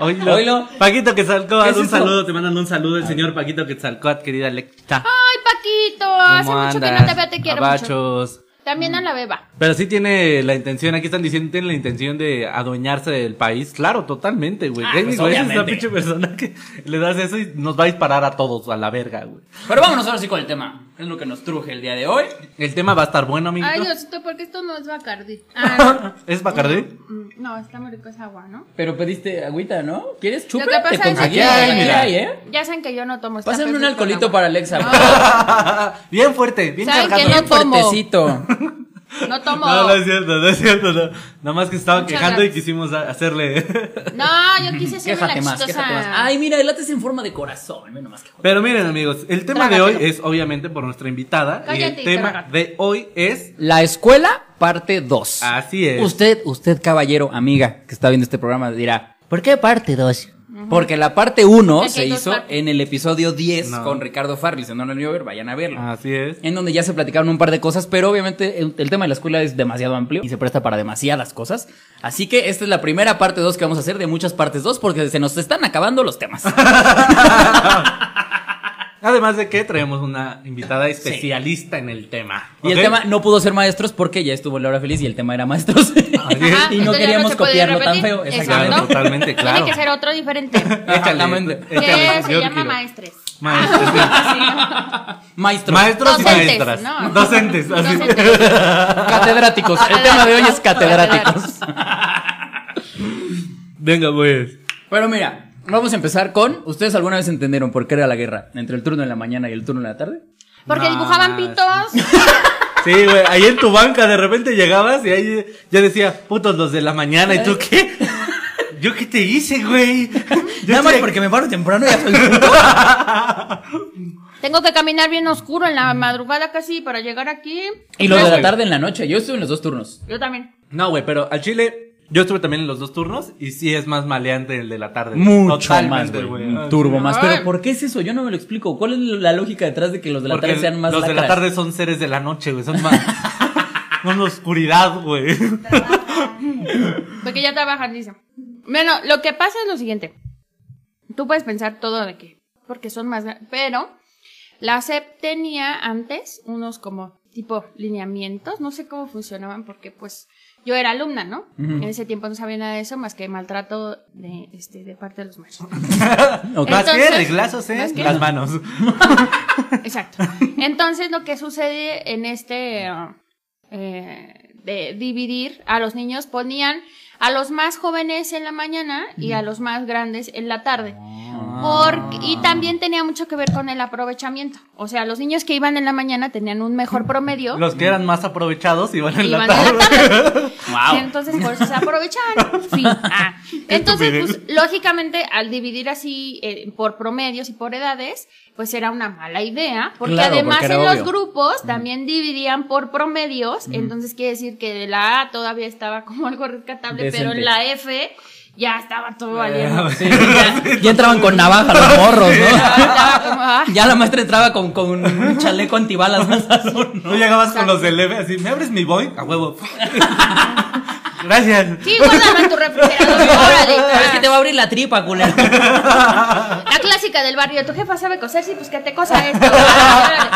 [SPEAKER 2] Oilo.
[SPEAKER 1] Oilo.
[SPEAKER 2] Paquito
[SPEAKER 1] ¿Qué
[SPEAKER 2] Quetzalcóatl,
[SPEAKER 1] es
[SPEAKER 2] un
[SPEAKER 1] eso?
[SPEAKER 2] saludo, te mandan un saludo el señor Paquito Quetzalcóatl, querida Lecta.
[SPEAKER 3] Ay, Paquito, Ah, hace mucho que no te veo, te quiero mucho.
[SPEAKER 2] Abachos.
[SPEAKER 3] También a la
[SPEAKER 1] Mm.
[SPEAKER 3] beba.
[SPEAKER 2] Pero sí tiene la intención, aquí están diciendo, tiene la intención de adueñarse del país. Claro, totalmente, güey.
[SPEAKER 1] Ah,
[SPEAKER 2] Jamie,
[SPEAKER 1] pues,
[SPEAKER 2] güey, es una
[SPEAKER 1] obviamente.
[SPEAKER 2] pinche persona que le das eso y nos va a disparar a todos a la verga, güey.
[SPEAKER 1] Pero vámonos ahora sí con el tema. Es lo que nos truje el día de hoy.
[SPEAKER 2] El tema va a estar bueno, amiguito.
[SPEAKER 3] Ay, Diosito, porque esto no
[SPEAKER 1] [laughs]
[SPEAKER 3] es Bacardi. Ah,
[SPEAKER 2] [laughs] ¿Es Bacardí?
[SPEAKER 3] no. Mm, No, está muy rico, es agua, ¿no?
[SPEAKER 1] Pero pediste agüita, ¿no? ¿Quieres chupe?
[SPEAKER 3] Lo que pasa
[SPEAKER 1] Te
[SPEAKER 3] es que
[SPEAKER 1] conseguí.
[SPEAKER 2] Aquí hay,
[SPEAKER 1] Aquí
[SPEAKER 2] mira.
[SPEAKER 1] hay, ¿eh?
[SPEAKER 3] ya saben que yo no tomo este esta
[SPEAKER 1] Pásame un
[SPEAKER 3] perfecta
[SPEAKER 1] alcoholito
[SPEAKER 3] agua.
[SPEAKER 1] para Alexa.
[SPEAKER 2] bien fuerte, bien
[SPEAKER 3] ¿Saben
[SPEAKER 2] cargado.
[SPEAKER 3] que no tomo?
[SPEAKER 1] Fuertecito.
[SPEAKER 3] No,
[SPEAKER 1] [laughs]
[SPEAKER 3] no tomo.
[SPEAKER 2] No, no es cierto, no es cierto, no. Nada más que estaba
[SPEAKER 3] Muchas
[SPEAKER 2] quejando y
[SPEAKER 3] gracias.
[SPEAKER 2] quisimos a- hacerle. [laughs]
[SPEAKER 3] No, yo quise ser una
[SPEAKER 1] Quéjate más,
[SPEAKER 3] chistosa.
[SPEAKER 1] quéjate más. Ay, mira, el látice en forma de corazón. Ve nomás que joder.
[SPEAKER 2] Pero miren, amigos, el tema de hoy
[SPEAKER 3] Trágatelo.
[SPEAKER 2] es obviamente por nuestra invitada. y
[SPEAKER 3] Cállate
[SPEAKER 2] el
[SPEAKER 3] y
[SPEAKER 2] tema
[SPEAKER 3] trágate.
[SPEAKER 2] de hoy es.
[SPEAKER 1] La escuela, parte 2.
[SPEAKER 2] Así es.
[SPEAKER 1] Usted, usted caballero, amiga, que está viendo este programa, dirá, ¿por qué parte 2? Porque la parte 1
[SPEAKER 3] Es que
[SPEAKER 1] se
[SPEAKER 3] hay dos
[SPEAKER 1] hizo
[SPEAKER 3] partes.
[SPEAKER 1] en el episodio 10
[SPEAKER 2] No. Ah,
[SPEAKER 1] con Ricardo Farley, si no lo han ido a ver, vayan a verlo.
[SPEAKER 2] Así es.
[SPEAKER 1] En donde ya se platicaron un par de cosas, pero obviamente el, el tema de la escuela es demasiado amplio y se presta para demasiadas cosas. Así que esta es la primera parte 2 que vamos a hacer de muchas partes 2 porque se nos están acabando los
[SPEAKER 2] [laughs]
[SPEAKER 1] temas.
[SPEAKER 2] Además de que traemos una invitada especialista en el tema.
[SPEAKER 1] Y el
[SPEAKER 2] ¿ok?
[SPEAKER 1] tema no pudo ser maestros porque ya estuvo la hora feliz y el tema era maestros. [laughs]
[SPEAKER 2] Así es.
[SPEAKER 3] Ajá,
[SPEAKER 1] Y no
[SPEAKER 3] esto ya
[SPEAKER 1] queríamos
[SPEAKER 3] se podía
[SPEAKER 1] copiarlo tan
[SPEAKER 3] repetir.
[SPEAKER 1] feo,
[SPEAKER 2] Claro,
[SPEAKER 1] exactamente.
[SPEAKER 2] totalmente, claro. Este,
[SPEAKER 3] Tiene que ser
[SPEAKER 2] [laughs]
[SPEAKER 3] otro diferente.
[SPEAKER 1] Exactamente.
[SPEAKER 2] [laughs] Échale,
[SPEAKER 3] que se
[SPEAKER 2] señor
[SPEAKER 3] llama
[SPEAKER 2] Quiroz.
[SPEAKER 3] maestres.
[SPEAKER 2] Maestros, sí.
[SPEAKER 1] Maestros.
[SPEAKER 2] Maestros y
[SPEAKER 3] Docentes,
[SPEAKER 2] maestras.
[SPEAKER 3] [laughs] ¿no?
[SPEAKER 2] Docentes. así.
[SPEAKER 3] Docentes.
[SPEAKER 1] Catedráticos. El tema de hoy es catedráticos.
[SPEAKER 2] Venga, pues.
[SPEAKER 1] Pero mira, vamos a empezar con. ¿Ustedes alguna vez entendieron por qué era la guerra entre el turno de la mañana y el turno de la tarde?
[SPEAKER 3] Porque
[SPEAKER 2] No,
[SPEAKER 3] dibujaban
[SPEAKER 2] sí.
[SPEAKER 3] pitos.
[SPEAKER 2] Sí, güey. Ahí en tu banca de repente llegabas y ahí ya decía, putos los de la mañana. ¿Y tú qué? ¿Yo qué te hice, güey? Yo
[SPEAKER 1] Nada más
[SPEAKER 2] estoy-
[SPEAKER 1] porque me paro temprano y
[SPEAKER 2] [laughs]
[SPEAKER 1] ya soy-
[SPEAKER 3] Tengo que caminar bien oscuro en la madrugada casi para llegar aquí.
[SPEAKER 1] Y los de la
[SPEAKER 2] Güey.
[SPEAKER 1] tarde en la noche. Yo estuve en los dos turnos.
[SPEAKER 3] Yo también.
[SPEAKER 2] No, güey, pero al Chile. Yo estuve también en los dos turnos y sí es más maleante el de la tarde.
[SPEAKER 1] Mucho más,
[SPEAKER 2] Totalmente,
[SPEAKER 1] güey.
[SPEAKER 2] Ah,
[SPEAKER 1] Un Turbo
[SPEAKER 2] sí.
[SPEAKER 1] más.
[SPEAKER 3] Ay.
[SPEAKER 1] Pero ¿por qué es eso? Yo no me lo explico. ¿Cuál es la lógica detrás de que los de la
[SPEAKER 2] Porque
[SPEAKER 1] tarde sean más
[SPEAKER 2] los de la
[SPEAKER 1] lacras?
[SPEAKER 2] tarde son seres de la noche, güey.
[SPEAKER 1] [laughs]
[SPEAKER 2] Son más. son oscuridad, güey.
[SPEAKER 3] Porque ya trabajan, dice. Bueno, lo que pasa es lo siguiente. Tú puedes pensar todo de que, porque son más, gra- pero la SEP tenía antes unos como tipo lineamientos, no sé cómo funcionaban porque pues yo era alumna, ¿no? En ese tiempo no sabía nada de eso más que maltrato de este de parte de
[SPEAKER 2] [laughs]
[SPEAKER 3] los maestros.
[SPEAKER 1] Ok.
[SPEAKER 2] Más que
[SPEAKER 3] Entonces,
[SPEAKER 2] reglazos en
[SPEAKER 3] más que-
[SPEAKER 2] las manos.
[SPEAKER 3] Exacto. Entonces, lo que sucede en este ah, eh, de dividir a los niños, ponían a los más jóvenes en la mañana y a los más grandes en la tarde. Porque- y también tenía mucho que ver con el aprovechamiento. O sea, los niños que iban en la mañana tenían un mejor promedio.
[SPEAKER 2] Los que eran más aprovechados iban en la
[SPEAKER 3] Iban en la
[SPEAKER 2] tarde.
[SPEAKER 3] Y entonces por eso
[SPEAKER 1] [laughs]
[SPEAKER 3] se aprovechaban. Sí. Ah. Entonces, pues, lógicamente, al dividir así eh, por promedios y por edades, pues era una mala idea. Porque
[SPEAKER 1] Claro,
[SPEAKER 3] además
[SPEAKER 1] porque era
[SPEAKER 3] en
[SPEAKER 1] obvio.
[SPEAKER 3] los grupos también dividían por promedios. Entonces quiere decir que de la A todavía estaba como algo rescatable, pero
[SPEAKER 1] Decente. Ah.
[SPEAKER 3] en la F ya estaba todo
[SPEAKER 2] [laughs]
[SPEAKER 3] valiendo.
[SPEAKER 1] Sí, ya, ya entraban con navaja los morros,
[SPEAKER 3] Ya
[SPEAKER 1] ¿no?
[SPEAKER 3] estaba como, ah,
[SPEAKER 1] Ya la maestra entraba con, con un chaleco antibalas
[SPEAKER 2] [laughs]
[SPEAKER 1] más azul,
[SPEAKER 2] Tú llegabas con los del leve así, ¿me abres mi boy? A huevo. [laughs] Gracias.
[SPEAKER 3] Sí,
[SPEAKER 1] [laughs]
[SPEAKER 3] guárdalo en tu refrigerador. Órale.
[SPEAKER 1] Sabes
[SPEAKER 3] ah.
[SPEAKER 1] que te va a abrir la tripa, culero.
[SPEAKER 3] La clásica del barrio, tu jefa sabe coser, sí, pues que te cosa
[SPEAKER 1] [laughs]
[SPEAKER 3] esto. [laughs] Órale.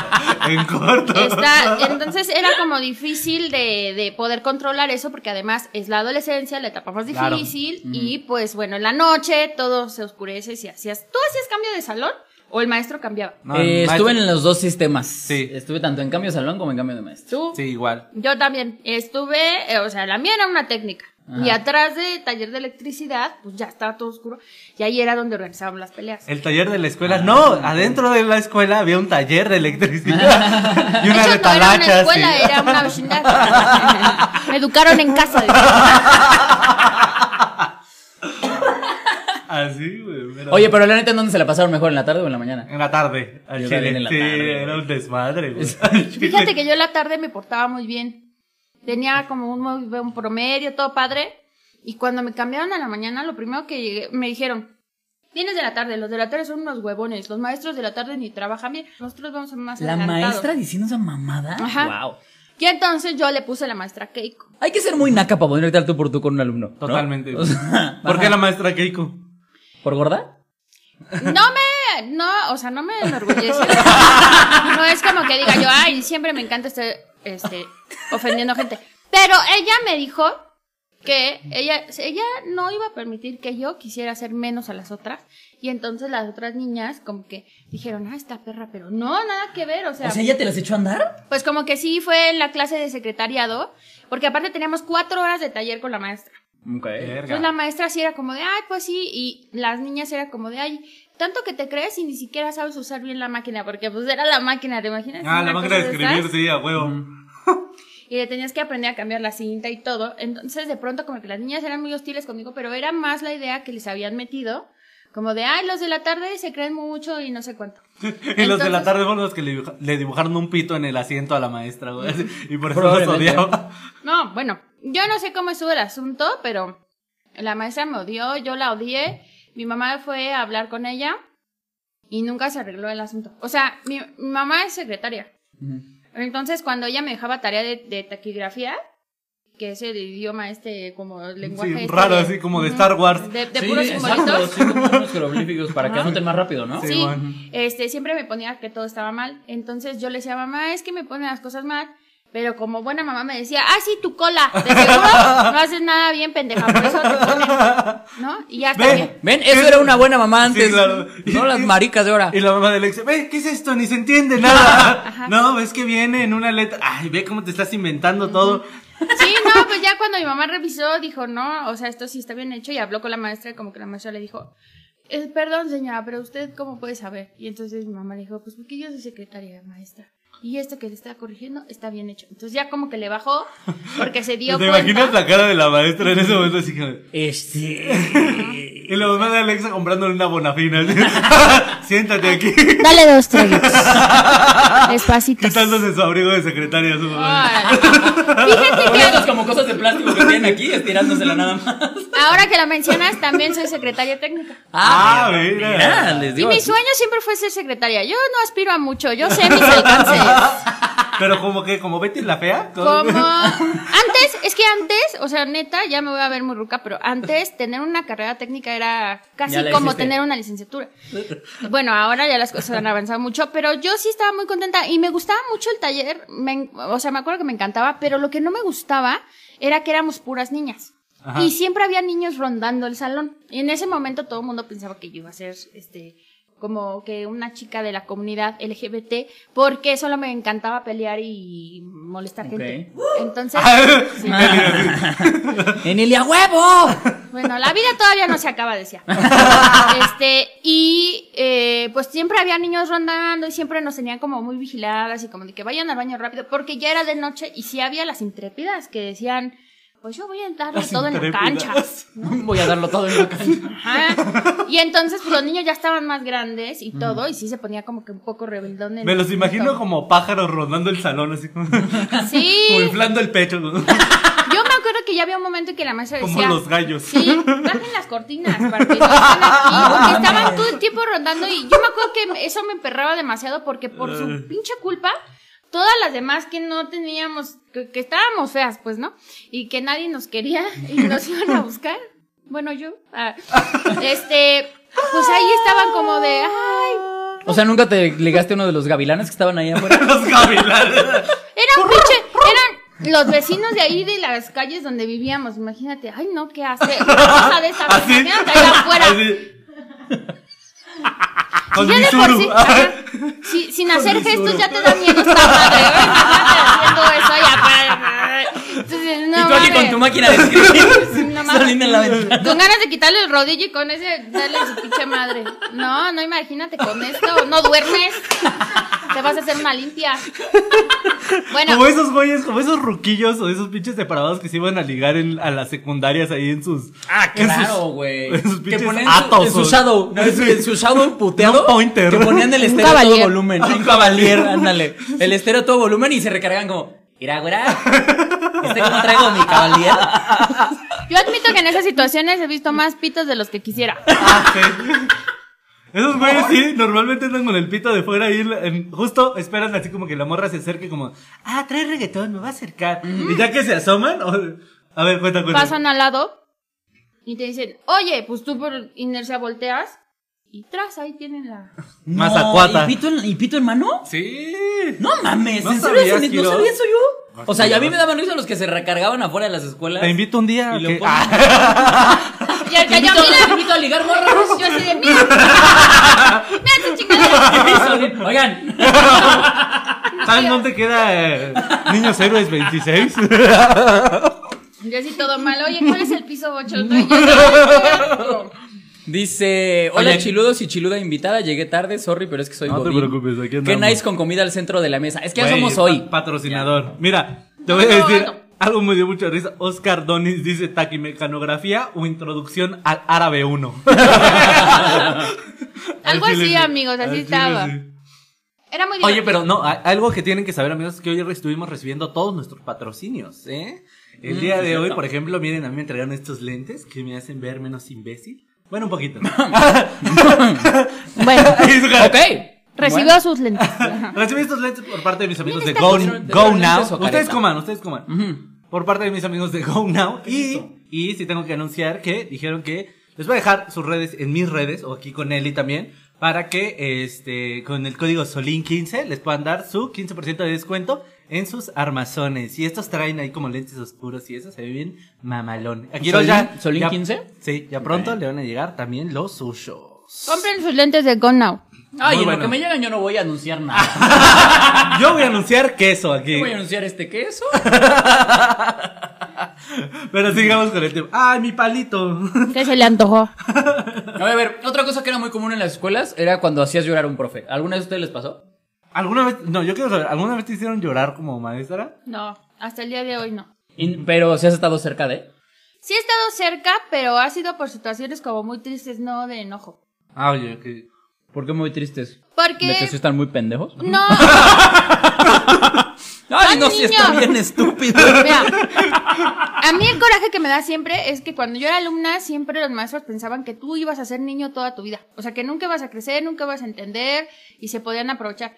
[SPEAKER 2] En corto. [laughs]
[SPEAKER 3] Está- entonces era como difícil de, de poder controlar eso porque además es la adolescencia, la etapa más
[SPEAKER 2] Claro.
[SPEAKER 3] difícil y pues bueno, en la noche todo se oscurece si hacías, tú hacías cambio de salón o el maestro cambiaba.
[SPEAKER 2] [laughs] No,
[SPEAKER 1] Eh,
[SPEAKER 2] maestro-
[SPEAKER 1] estuve en los dos sistemas.
[SPEAKER 2] Sí.
[SPEAKER 1] Estuve tanto en cambio de salón como en cambio de maestro.
[SPEAKER 3] Tú,
[SPEAKER 2] Sí, igual.
[SPEAKER 3] yo también estuve, eh, o sea, la mía era una técnica. Y atrás de taller de electricidad, pues ya estaba todo oscuro. Y ahí era donde organizaban las peleas.
[SPEAKER 2] El taller de la escuela. no, adentro de la escuela había un taller de
[SPEAKER 3] [laughs]
[SPEAKER 2] electricidad. y una
[SPEAKER 3] De hecho, no era una
[SPEAKER 2] retalacha.
[SPEAKER 3] escuela,
[SPEAKER 2] sí.
[SPEAKER 3] era una vecindad. Me educaron en casa. dice.
[SPEAKER 2] [laughs] Así, güey. pero-
[SPEAKER 1] Oye, pero la neta, ¿en dónde se la pasaron mejor? ¿En la tarde o en la mañana?
[SPEAKER 2] En la tarde. al
[SPEAKER 1] Yo
[SPEAKER 2] chile.
[SPEAKER 1] también en la
[SPEAKER 2] sí,
[SPEAKER 1] tarde.
[SPEAKER 2] era un desmadre, güey.
[SPEAKER 3] Fíjate que yo en la tarde me portaba muy bien. Tenía como un, muy buen promedio, todo padre. Y cuando me cambiaron a la mañana, lo primero que llegué- me dijeron, vienes de la tarde, los de la tarde son unos huevones, los maestros de la tarde ni trabajan bien, nosotros vamos a más
[SPEAKER 1] La
[SPEAKER 3] adelantados".
[SPEAKER 1] maestra diciendo esa mamada.
[SPEAKER 3] Ajá.
[SPEAKER 1] Wow.
[SPEAKER 3] Y entonces yo le puse a la maestra Keiko.
[SPEAKER 1] Hay que ser muy naca para poder estar tú por tú con un alumno. ¿no?
[SPEAKER 2] [laughs]
[SPEAKER 1] [laughs]
[SPEAKER 2] Totalmente.
[SPEAKER 1] O sea,
[SPEAKER 2] ¿Por qué
[SPEAKER 1] ajá.
[SPEAKER 2] la maestra Keiko?
[SPEAKER 1] ¿Por gorda?
[SPEAKER 3] No me, no, o sea, no me enorgullece. No es como que diga yo, ay, siempre me encanta estar este, ofendiendo gente. Pero ella me dijo que ella, ella no iba a permitir que yo quisiera hacer menos a las otras. Y entonces las otras niñas como que dijeron, ah, esta perra, pero no, nada que ver, o sea,
[SPEAKER 1] O sea, ¿ella te las echó a andar?
[SPEAKER 3] pues como que sí fue en la clase de secretariado, porque aparte teníamos cuatro horas de taller con la maestra.
[SPEAKER 1] Ok.
[SPEAKER 3] Entonces Pues la maestra sí era como de, ay, pues sí, y las niñas era como de, ay, tanto que te crees y ni siquiera sabes usar bien la máquina, porque pues era la máquina, ¿te [laughs] imaginas?
[SPEAKER 2] Ah, la
[SPEAKER 3] Una
[SPEAKER 2] máquina de
[SPEAKER 3] cosa
[SPEAKER 2] escribir,
[SPEAKER 3] esas,
[SPEAKER 2] sí, a huevo.
[SPEAKER 3] Y le tenías que aprender a cambiar la cinta y todo. Entonces de pronto como que las niñas eran muy hostiles conmigo, pero era más la idea que les habían metido, como de, ay, los de la tarde se creen mucho y no sé cuánto.
[SPEAKER 2] [laughs] Y los de la
[SPEAKER 3] Entonces-
[SPEAKER 2] tarde fueron los que le, dibuja- le dibujaron un pito en el asiento a la maestra, güey. así, Y por eso los
[SPEAKER 1] Probablemente.
[SPEAKER 2] odiaba.
[SPEAKER 3] No, bueno, yo no sé cómo estuvo el asunto, pero la maestra me odió, yo la odié, mi mamá fue a hablar con ella y nunca se arregló el asunto. O sea, mi, mi mamá es secretaria. Entonces, cuando ella me dejaba tarea de, de taquigrafía, que es el idioma este, como el lenguaje...
[SPEAKER 2] Sí,
[SPEAKER 3] este
[SPEAKER 2] raro,
[SPEAKER 3] de-
[SPEAKER 2] así como de Star Wars.
[SPEAKER 3] De, de
[SPEAKER 1] Sí,
[SPEAKER 3] puros
[SPEAKER 1] exacto,
[SPEAKER 3] simbolitos.
[SPEAKER 1] sí, como unos jeroglíficos para que anoten más rápido, ¿no?
[SPEAKER 3] Sí,
[SPEAKER 2] bueno.
[SPEAKER 3] este, siempre me ponía que todo estaba mal. Entonces yo le decía, mamá, es que me ponen las cosas mal. Pero como buena mamá me decía, ah, sí, tu cola, de
[SPEAKER 2] [laughs]
[SPEAKER 3] seguro no haces nada bien, pendeja, por eso te ponen", ¿no? Y ya está
[SPEAKER 2] Ve.
[SPEAKER 3] bien.
[SPEAKER 1] Ven, eso era una buena mamá antes.
[SPEAKER 2] Sí, claro.
[SPEAKER 1] No las maricas de ahora.
[SPEAKER 2] Y la mamá de Alexa, ve, ¿qué es esto? Ni se entiende
[SPEAKER 3] [laughs]
[SPEAKER 2] nada. No, ves que viene en una letra. Ay, ve cómo te estás inventando todo.
[SPEAKER 3] Sí, no, pues ya cuando mi mamá revisó, dijo, no, o sea, esto sí está bien hecho, y habló con la maestra, y como que la maestra le dijo, "Eh, perdón, señora, pero usted, ¿cómo puede saber? Y entonces mi mamá le dijo, pues porque yo soy secretaria, maestra. Y esto que le está corrigiendo está bien hecho. Entonces ya como que le bajó, porque se dio
[SPEAKER 2] [laughs] ¿Te
[SPEAKER 3] cuenta.
[SPEAKER 2] imaginas la cara de la maestra en ese momento? Así que...
[SPEAKER 1] Eh, sí.
[SPEAKER 2] [laughs] Y la mamá de Alexa comprándole una bonafina. así. [laughs] Siéntate aquí.
[SPEAKER 3] Dale
[SPEAKER 1] [laughs]
[SPEAKER 3] dos traguitos. Despacitos.
[SPEAKER 2] Quitándose su abrigo de secretaria. Su mamá.
[SPEAKER 3] Órale. Fíjate
[SPEAKER 1] Oye, estas
[SPEAKER 3] que
[SPEAKER 1] como cosas de plástico que tienen aquí, estirándosela nada más.
[SPEAKER 3] ahora que la mencionas, también soy secretaria técnica.
[SPEAKER 2] Ah, mira.
[SPEAKER 1] les
[SPEAKER 3] Y
[SPEAKER 1] digo.
[SPEAKER 3] mi sueño siempre fue ser secretaria. Yo no aspiro a mucho, yo sé mis
[SPEAKER 1] [laughs]
[SPEAKER 3] alcances.
[SPEAKER 2] [laughs] Pero como que, como Betty la fea. con- [laughs]
[SPEAKER 3] Como antes, es que antes, o sea, neta, ya me voy a ver muy ruca, pero antes tener una carrera técnica era casi
[SPEAKER 1] Ya la
[SPEAKER 3] como
[SPEAKER 1] hiciste.
[SPEAKER 3] tener una licenciatura. Bueno, ahora ya las cosas han avanzado mucho, pero yo sí estaba muy contenta y me gustaba mucho el taller, me en- o sea, me acuerdo que me encantaba, pero lo que no me gustaba era que éramos puras niñas.
[SPEAKER 2] Ajá.
[SPEAKER 3] Y siempre había niños rondando el salón. Y en ese momento todo el mundo pensaba que yo iba a ser este como que una chica de la comunidad LGBT, porque solo me encantaba pelear y molestar gente. Entonces,
[SPEAKER 2] Ah, Betty, así.
[SPEAKER 1] [laughs] ¡Enilia, huevo!
[SPEAKER 3] Bueno, la vida todavía no se acaba, decía. Este, y eh, pues siempre había niños rondando y siempre nos tenían como muy vigiladas y como de que vayan al baño rápido, porque ya era de noche y sí había las intrépidas que decían, pues yo voy a darle todo en la cancha.
[SPEAKER 1] Voy a darlo todo en la cancha.
[SPEAKER 3] Ajá. Y entonces pues, los niños ya estaban más grandes y todo, y sí se ponía como que un poco rebeldón. en-
[SPEAKER 2] Me los imagino
[SPEAKER 3] todo.
[SPEAKER 2] como pájaros rondando el salón, así como, [laughs] como
[SPEAKER 3] Sí,
[SPEAKER 2] inflando el pecho, ¿no?
[SPEAKER 3] yo me acuerdo que ya había un momento en que la maestra decía...
[SPEAKER 2] como los gallos.
[SPEAKER 3] Sí, bajen las cortinas para que no estén aquí, porque estaban todo el tiempo rondando y yo me acuerdo que eso me emperraba demasiado porque por su pinche culpa todas las demás que no teníamos que, que estábamos feas, pues, ¿no? Y que nadie nos quería y nos iban a buscar. Bueno, yo ah, este pues ahí estaban como de ay,
[SPEAKER 1] O sea, nunca te ligaste a uno de los gavilanes que estaban ahí afuera.
[SPEAKER 2] [laughs] los gavilanes.
[SPEAKER 3] Era un pinche, eran los vecinos de ahí de las calles donde vivíamos, imagínate, ay no, ¿qué hace? Una cosa de
[SPEAKER 2] [laughs]
[SPEAKER 3] esa,
[SPEAKER 2] Así.
[SPEAKER 3] imagínate ahí afuera. [laughs]
[SPEAKER 2] así. Con
[SPEAKER 3] ya
[SPEAKER 2] mi
[SPEAKER 3] de por sí,
[SPEAKER 1] [laughs]
[SPEAKER 2] suru.
[SPEAKER 3] ajá, si- sin hacer gestos ya te da miedo esta madre. ¿eh? Imagínate haciendo eso y aparte. Entonces, no
[SPEAKER 1] y tú aquí con
[SPEAKER 3] mames.
[SPEAKER 1] tu máquina de escribir.
[SPEAKER 3] [laughs] No mames.
[SPEAKER 1] saliendo en la ventana.
[SPEAKER 3] Con ganas de quitarle el rodillo y con ese darle su pinche madre. No, no imagínate con esto. No duermes. Te vas a hacer una limpia. Bueno,
[SPEAKER 2] Como esos güeyes, como esos ruquillos o esos pinches separados que se iban a ligar en- a las secundarias ahí en sus.
[SPEAKER 1] Ah,
[SPEAKER 2] en sus-
[SPEAKER 1] claro, güey.
[SPEAKER 2] en sus
[SPEAKER 1] Que
[SPEAKER 2] pinches
[SPEAKER 1] ponían
[SPEAKER 2] atos,
[SPEAKER 1] su, en su
[SPEAKER 2] o- [laughs]
[SPEAKER 1] shadow, ¿no? en su shadow puteado.
[SPEAKER 2] No pointer.
[SPEAKER 1] Que ponían el
[SPEAKER 3] Un
[SPEAKER 1] estéreo a todo
[SPEAKER 2] [laughs]
[SPEAKER 3] cavalier.
[SPEAKER 1] volumen.
[SPEAKER 2] Ah,
[SPEAKER 1] Un cavalier, ándale. El estéreo a todo volumen y se recargan como, mira, güera. ¿Este cómo traigo mi cavalier?
[SPEAKER 3] yo admito que en esas situaciones he visto más pitos de los que quisiera.
[SPEAKER 2] Ah, sí.
[SPEAKER 1] [laughs]
[SPEAKER 2] Esos güeyes sí, normalmente andan con el pito de fuera y en- justo esperan así como que la morra se acerque como, ah, trae reggaetón, me va a acercar. Y ya que se asoman, o- a ver, cuenta, cuenta.
[SPEAKER 3] pasan al lado y te dicen, oye, pues tú por inercia volteas y tras, ahí tienen la...
[SPEAKER 1] No,
[SPEAKER 2] Mazacuata.
[SPEAKER 1] ¿y, pito en, ¿Y pito en mano?
[SPEAKER 2] Sí.
[SPEAKER 1] No mames,
[SPEAKER 2] ¿No
[SPEAKER 1] ¿en serio?
[SPEAKER 2] sabías,
[SPEAKER 1] ¿No
[SPEAKER 2] Kiro?
[SPEAKER 1] sabía eso yo? O sea, y a mí me daban risa los que se recargaban afuera de las escuelas.
[SPEAKER 2] Te invito un día. a
[SPEAKER 1] Y lo
[SPEAKER 2] que-
[SPEAKER 1] ponen.
[SPEAKER 2] Ah,
[SPEAKER 3] Y al
[SPEAKER 1] Te
[SPEAKER 3] que yo,
[SPEAKER 1] invito, te
[SPEAKER 3] mira,
[SPEAKER 1] invito a [laughs] ligar
[SPEAKER 3] [laughs]
[SPEAKER 1] morros.
[SPEAKER 3] yo así de, mira, mira tu
[SPEAKER 2] [laughs]
[SPEAKER 3] chingadera. [laughs]
[SPEAKER 1] Oigan,
[SPEAKER 2] ¿Saben dónde queda eh, Niños Héroes 26?
[SPEAKER 3] Yo así todo mal, oye, ¿cuál es el piso 8? [laughs] Y yo, "No,
[SPEAKER 1] dice: Hola,
[SPEAKER 2] Oye.
[SPEAKER 1] chiludos y chiluda invitada. Llegué tarde, sorry, pero es que soy
[SPEAKER 2] No te
[SPEAKER 1] godín.
[SPEAKER 2] preocupes, aquí
[SPEAKER 1] Qué
[SPEAKER 2] andamos.
[SPEAKER 1] nice con comida al centro de la mesa. Es que ya
[SPEAKER 2] Güey,
[SPEAKER 1] somos hoy.
[SPEAKER 2] [laughs] pa- Patrocinador. Mira, te voy a
[SPEAKER 3] No, no,
[SPEAKER 2] decir
[SPEAKER 3] no.
[SPEAKER 2] algo me dio mucha risa. Oscar Donis dice taquimecanografía o introducción al árabe 1.
[SPEAKER 3] [laughs] Algo así, amigos, así estaba. Era muy
[SPEAKER 2] [laughs] Oye,
[SPEAKER 3] divertido.
[SPEAKER 2] pero no, a- algo que tienen que saber, amigos, es que hoy estuvimos recibiendo todos nuestros patrocinios, ¿eh? El
[SPEAKER 1] Mm,
[SPEAKER 2] día de hoy, por ejemplo, miren, a mí me entregaron estos lentes que me hacen ver menos imbécil. Bueno,
[SPEAKER 1] [laughs]
[SPEAKER 2] un poquito. [laughs]
[SPEAKER 3] Bueno,
[SPEAKER 2] Y su cara,
[SPEAKER 1] Ok.
[SPEAKER 3] recibió
[SPEAKER 1] Bueno.
[SPEAKER 3] sus lentes.
[SPEAKER 2] Recibí estos lentes por parte de mis amigos de
[SPEAKER 3] está
[SPEAKER 2] Go,
[SPEAKER 1] bien.
[SPEAKER 2] Go
[SPEAKER 1] ¿Lentes
[SPEAKER 2] Now.
[SPEAKER 1] o careta?
[SPEAKER 2] Ustedes coman, ustedes coman.
[SPEAKER 1] Ujú.
[SPEAKER 2] Por parte de mis amigos de Go Now. Y, y sí tengo que anunciar que dijeron que les voy a dejar sus redes en mis redes o aquí con Eli también. Para que este con el código SOLIN15 les puedan dar su 15% de descuento en sus armazones. Y estos traen ahí como lentes oscuros y eso se ve bien mamalón. Aquí
[SPEAKER 1] ¿Solín-
[SPEAKER 2] ya.
[SPEAKER 1] Solín
[SPEAKER 2] ya-
[SPEAKER 1] 15?
[SPEAKER 2] Sí, ya pronto le van a llegar también los sushos.
[SPEAKER 3] Compren sus lentes de Gone Now.
[SPEAKER 1] Ay, en
[SPEAKER 2] bueno. Ah,
[SPEAKER 1] lo que me llegan, yo no voy a anunciar nada. [laughs]
[SPEAKER 2] [laughs] Yo voy a anunciar queso aquí.
[SPEAKER 1] Yo voy a anunciar este queso.
[SPEAKER 2] Pero sigamos con el tema. ¡Ay, mi palito! [laughs]
[SPEAKER 3] Que se le antojó.
[SPEAKER 1] No, a ver, otra cosa que era muy común en las escuelas era cuando hacías llorar a un profe. ¿Alguna vez a ustedes les pasó?
[SPEAKER 2] ¿Alguna vez, no, yo quiero saber, ¿alguna vez te hicieron llorar como maestra?
[SPEAKER 3] No, hasta el día de hoy no.
[SPEAKER 1] In- pero si has estado cerca de.
[SPEAKER 3] Sí he estado cerca, pero ha sido por situaciones como muy tristes, no de enojo.
[SPEAKER 2] Ah, oye, que...
[SPEAKER 1] ¿Por qué muy tristes? ¿De que sí
[SPEAKER 3] Porque
[SPEAKER 1] están muy pendejos?
[SPEAKER 3] no,
[SPEAKER 1] Ay,
[SPEAKER 3] no, sí está bien
[SPEAKER 1] estúpido.
[SPEAKER 3] mira, a mí el coraje que me da siempre es que cuando yo era alumna siempre los maestros pensaban que tú ibas a ser niño toda tu vida, o sea que nunca vas a crecer, nunca vas a entender y se podían aprovechar.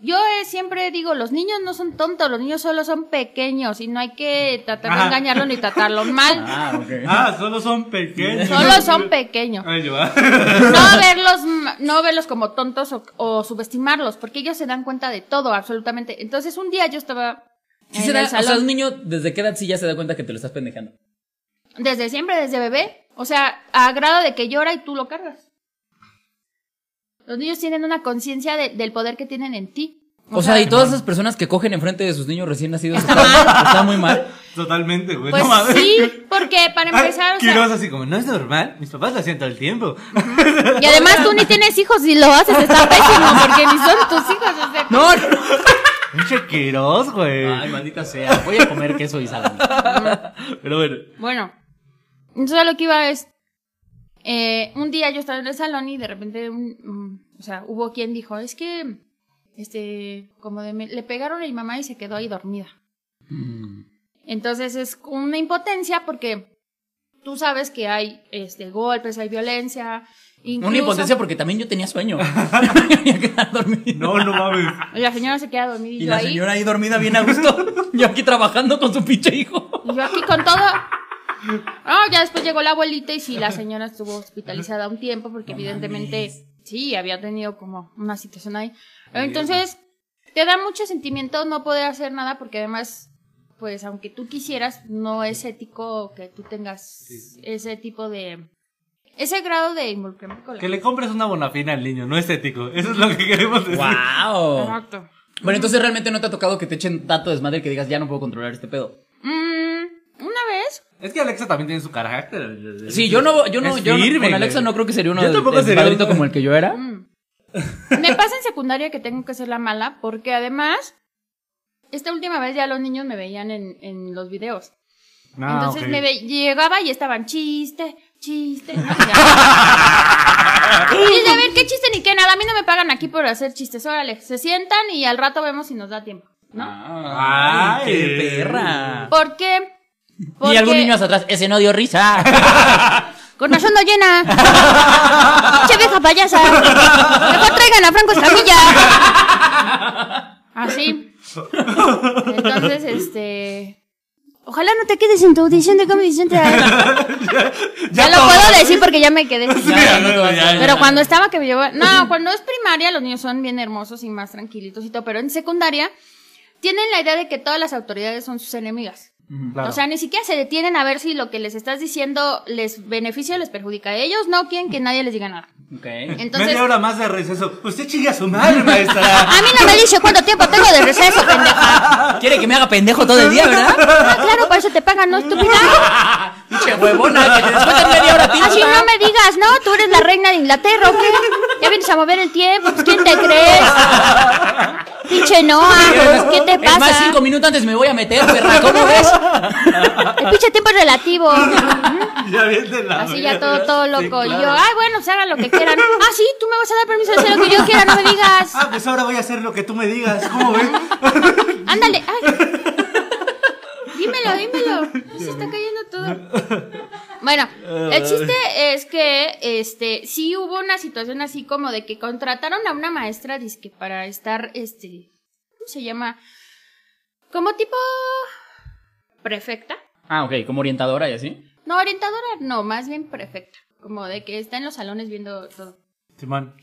[SPEAKER 3] Yo eh, siempre digo, los niños no son tontos, los niños solo son pequeños y no hay que tratar de
[SPEAKER 2] Ah.
[SPEAKER 3] engañarlos ni tratarlos mal,
[SPEAKER 1] Ah, ok.
[SPEAKER 2] [laughs] Ah, solo son pequeños.
[SPEAKER 3] solo son pequeños.
[SPEAKER 2] Ay, yo, ah.
[SPEAKER 3] no verlos ma- no verlos como tontos o, o subestimarlos porque ellos se dan cuenta de todo absolutamente entonces un día yo estaba
[SPEAKER 1] Sí
[SPEAKER 3] en
[SPEAKER 1] se da-
[SPEAKER 3] el
[SPEAKER 1] o sea, un
[SPEAKER 3] salón,
[SPEAKER 1] niño, ¿desde qué edad sí ya se da cuenta que te lo estás pendejando?
[SPEAKER 3] desde siempre desde bebé o sea a grado de que llora y tú lo cargas los niños tienen una conciencia de- del poder que tienen en ti
[SPEAKER 1] O sea, y todas esas personas que cogen enfrente de sus niños recién
[SPEAKER 3] [laughs]
[SPEAKER 1] nacidos está, está muy mal.
[SPEAKER 2] [laughs] Totalmente, güey.
[SPEAKER 3] Pues
[SPEAKER 2] no mames.
[SPEAKER 3] sí, porque para
[SPEAKER 2] [laughs] Ay,
[SPEAKER 3] empezar, o sea,
[SPEAKER 2] Quiroz así como, no es normal, mis papás lo hacían todo el tiempo.
[SPEAKER 3] y además tú ni tienes hijos y lo haces, está pésimo, porque ni son tus hijos, o sea,
[SPEAKER 1] No, no.
[SPEAKER 2] Pinche Quiroz, güey.
[SPEAKER 4] Ay, maldita sea. Voy a comer queso y salami.
[SPEAKER 2] Pero bueno,
[SPEAKER 3] Bueno, entonces a lo que iba es. eh, un día yo estaba en el salón y de repente. un- mm, o sea, hubo quien dijo: Es que. Este. Como de. me- le pegaron a mi mamá y se quedó ahí dormida.
[SPEAKER 1] Mm.
[SPEAKER 3] Entonces es una impotencia porque. Tú sabes que hay este, golpes, hay violencia.
[SPEAKER 1] Una
[SPEAKER 3] incluso-
[SPEAKER 1] impotencia porque también yo tenía
[SPEAKER 2] [laughs]
[SPEAKER 1] sueño. Me voy a quedar dormido.
[SPEAKER 2] no, no mames.
[SPEAKER 3] La señora se queda dormida y,
[SPEAKER 1] Y
[SPEAKER 3] yo
[SPEAKER 1] la
[SPEAKER 3] ahí.
[SPEAKER 1] señora ahí dormida bien a gusto. Yo aquí trabajando con su pinche hijo.
[SPEAKER 3] Y yo aquí con todo. No, ya después llegó la abuelita y sí, la señora estuvo hospitalizada un tiempo porque evidentemente sí, había tenido como una situación ahí. Entonces, te da mucho sentimiento no poder hacer nada porque además, pues aunque tú quisieras, no es ético que tú tengas ese tipo de... Ese grado de involucramiento con la-
[SPEAKER 2] Que le compres una bonafina al niño, no es ético. Eso es lo que queremos decir.
[SPEAKER 1] ¡Wow!
[SPEAKER 3] Exacto.
[SPEAKER 1] Bueno, entonces realmente no te ha tocado que te echen tanto desmadre que digas, ya no puedo controlar este pedo.
[SPEAKER 3] Mm, una vez,
[SPEAKER 2] Es que Alexa también tiene su carácter.
[SPEAKER 1] Sí, yo no, yo no,
[SPEAKER 2] Es
[SPEAKER 1] yo no-
[SPEAKER 2] firme,
[SPEAKER 1] con Alexa
[SPEAKER 2] güey.
[SPEAKER 1] no creo que sería uno
[SPEAKER 2] Yo
[SPEAKER 1] de
[SPEAKER 2] tampoco sería
[SPEAKER 1] desmadrito
[SPEAKER 2] uno.
[SPEAKER 1] como el que yo era.
[SPEAKER 3] Mm. Me pasa en secundaria que tengo que ser la mala, porque además, esta última vez ya los niños me veían en, en los videos.
[SPEAKER 2] Ah,
[SPEAKER 3] Entonces
[SPEAKER 2] ok.
[SPEAKER 3] me ve- llegaba y estaban chiste, chiste.
[SPEAKER 1] [laughs]
[SPEAKER 3] ¿no? Y ya. Y de a ver qué chiste ni qué nada. A mí no me pagan aquí por hacer chistes. Órale, se sientan y al rato vemos si nos da tiempo, ¿no?
[SPEAKER 1] Ah. ¡Ay, qué
[SPEAKER 2] Ay.
[SPEAKER 1] perra!
[SPEAKER 3] ¿Por qué?
[SPEAKER 1] Y algún
[SPEAKER 3] Porque-
[SPEAKER 1] niño hacia atrás, ese no dio
[SPEAKER 2] [laughs]
[SPEAKER 1] risa.
[SPEAKER 3] Con razón no llena. che vieja payasa. Mejor traigan a Franco Escamilla. Así. Entonces, este. Ojalá no te quedes en tu audición de Comedy Central. ya, lo
[SPEAKER 2] todo.
[SPEAKER 3] puedo decir porque ya me quedé. sin
[SPEAKER 2] Ya,
[SPEAKER 3] nada.
[SPEAKER 2] no, ya, ya.
[SPEAKER 3] Pero cuando estaba que yo... No, cuando es primaria los niños son bien hermosos y más tranquilitos y todo, pero en secundaria tienen la idea de que todas las autoridades son sus enemigas.
[SPEAKER 2] Claro.
[SPEAKER 3] O sea, ni siquiera se detienen a ver si lo que les estás diciendo les beneficia o les perjudica. Ellos no quieren que nadie les diga nada.
[SPEAKER 1] Ok.
[SPEAKER 3] Entonces,
[SPEAKER 2] Media hora más de receso. Usted chingue a su madre, maestra.
[SPEAKER 3] [laughs] a mí no me dice cuánto tiempo tengo de receso, pendeja.
[SPEAKER 1] Quiere que me haga pendejo todo el día, ¿verdad?
[SPEAKER 3] Ah, claro, por eso te pagan, ¿no, [laughs] estúpida?
[SPEAKER 1] Pinche huevona, que te descuentan media hora a ti,
[SPEAKER 3] Así
[SPEAKER 1] puta.
[SPEAKER 3] no me digas, ¿no? Tú eres la reina de Inglaterra, ¿o qué? Ya vienes a mover el tiempo, pues, ¿quién te crees? Pinche Noah, pues, ¿qué te
[SPEAKER 1] Es más,
[SPEAKER 3] pasa?
[SPEAKER 1] cinco minutos antes me voy a meter, perra, ¿cómo ves?
[SPEAKER 3] El pinche tiempo es relativo.
[SPEAKER 2] ya bien de la
[SPEAKER 3] Así
[SPEAKER 2] verga.
[SPEAKER 3] ya todo, todo
[SPEAKER 2] Sí,
[SPEAKER 3] loco. Y
[SPEAKER 2] claro.
[SPEAKER 3] yo, ay, bueno, se hagan lo que quieran. Ah, sí, tú me vas a dar permiso de hacer lo que yo quiera, no me digas.
[SPEAKER 2] Ah, pues ahora voy a hacer lo que tú me digas. ¿Cómo ves?
[SPEAKER 3] Ándale, ay. Dímelo, dímelo. Se está cayendo todo. [laughs] Bueno, el chiste es que este sí hubo una situación así como de que contrataron a una maestra disque para estar este ¿cómo se llama? Como tipo prefecta.
[SPEAKER 1] Ah, ok, como orientadora y así.
[SPEAKER 3] No, orientadora, no, más bien prefecta, como de que está en los salones viendo todo.
[SPEAKER 2] Simón.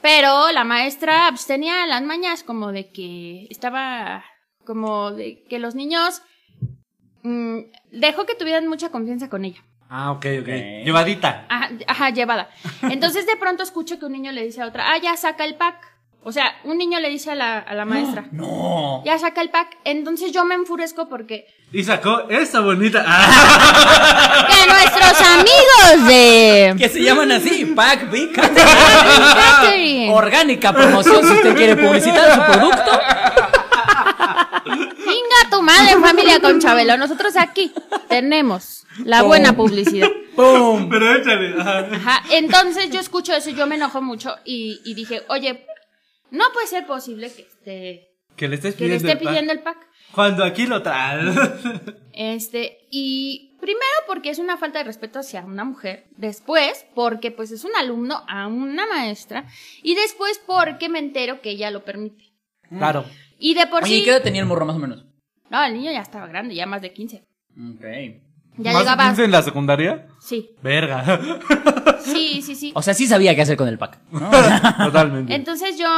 [SPEAKER 3] Pero la maestra pues, tenía las mañas como de que estaba como de que los niños mm, dejó que tuvieran mucha confianza con ella.
[SPEAKER 2] Ah, ok, ok.
[SPEAKER 1] Ok.
[SPEAKER 2] Llevadita.
[SPEAKER 3] Ajá, ajá, llevada. Entonces de pronto escucho que un niño le dice a otra, ah, ya saca el pack. O sea, un niño le dice a la, a la maestra,
[SPEAKER 1] No.
[SPEAKER 3] ya saca el pack. Entonces yo me enfurezco porque
[SPEAKER 2] Y sacó esa bonita. Ah, [laughs]
[SPEAKER 3] que nuestros amigos de
[SPEAKER 1] Que se llaman así, Pack
[SPEAKER 3] [laughs]
[SPEAKER 1] Big
[SPEAKER 3] Factory
[SPEAKER 1] Orgánica promoción si usted quiere publicitar su producto.
[SPEAKER 3] Venga tu madre, familia con Chabelo. Nosotros aquí tenemos la buena publicidad.
[SPEAKER 1] ¡Pum!
[SPEAKER 2] pero échale. Ajá.
[SPEAKER 3] Ajá, entonces yo escucho eso, y yo me enojo mucho y, y dije, oye, no puede ser posible que, este,
[SPEAKER 2] Que le estés
[SPEAKER 3] que
[SPEAKER 2] pidiendo.
[SPEAKER 3] le esté
[SPEAKER 2] el pan.
[SPEAKER 3] pidiendo el pack.
[SPEAKER 2] Cuando aquí lo traes.
[SPEAKER 3] Este, y primero porque es una falta de respeto hacia una mujer, después porque pues es un alumno a una maestra y después porque me entero que ella lo permite.
[SPEAKER 2] [laughs] claro.
[SPEAKER 3] Y de por
[SPEAKER 1] Oye, ¿y
[SPEAKER 3] sí...
[SPEAKER 1] ¿qué edad tenía el morro más o menos?
[SPEAKER 3] No, el niño ya estaba grande, ya más de 15.
[SPEAKER 1] Ok.
[SPEAKER 3] Ya
[SPEAKER 2] ¿Más de
[SPEAKER 3] llegaba.
[SPEAKER 2] 15 en la secundaria?
[SPEAKER 3] Sí,
[SPEAKER 2] Verga.
[SPEAKER 3] [laughs] sí, sí, sí.
[SPEAKER 1] O sea, sí sabía qué hacer con el pack. ¿no?
[SPEAKER 2] Totalmente.
[SPEAKER 3] Entonces yo,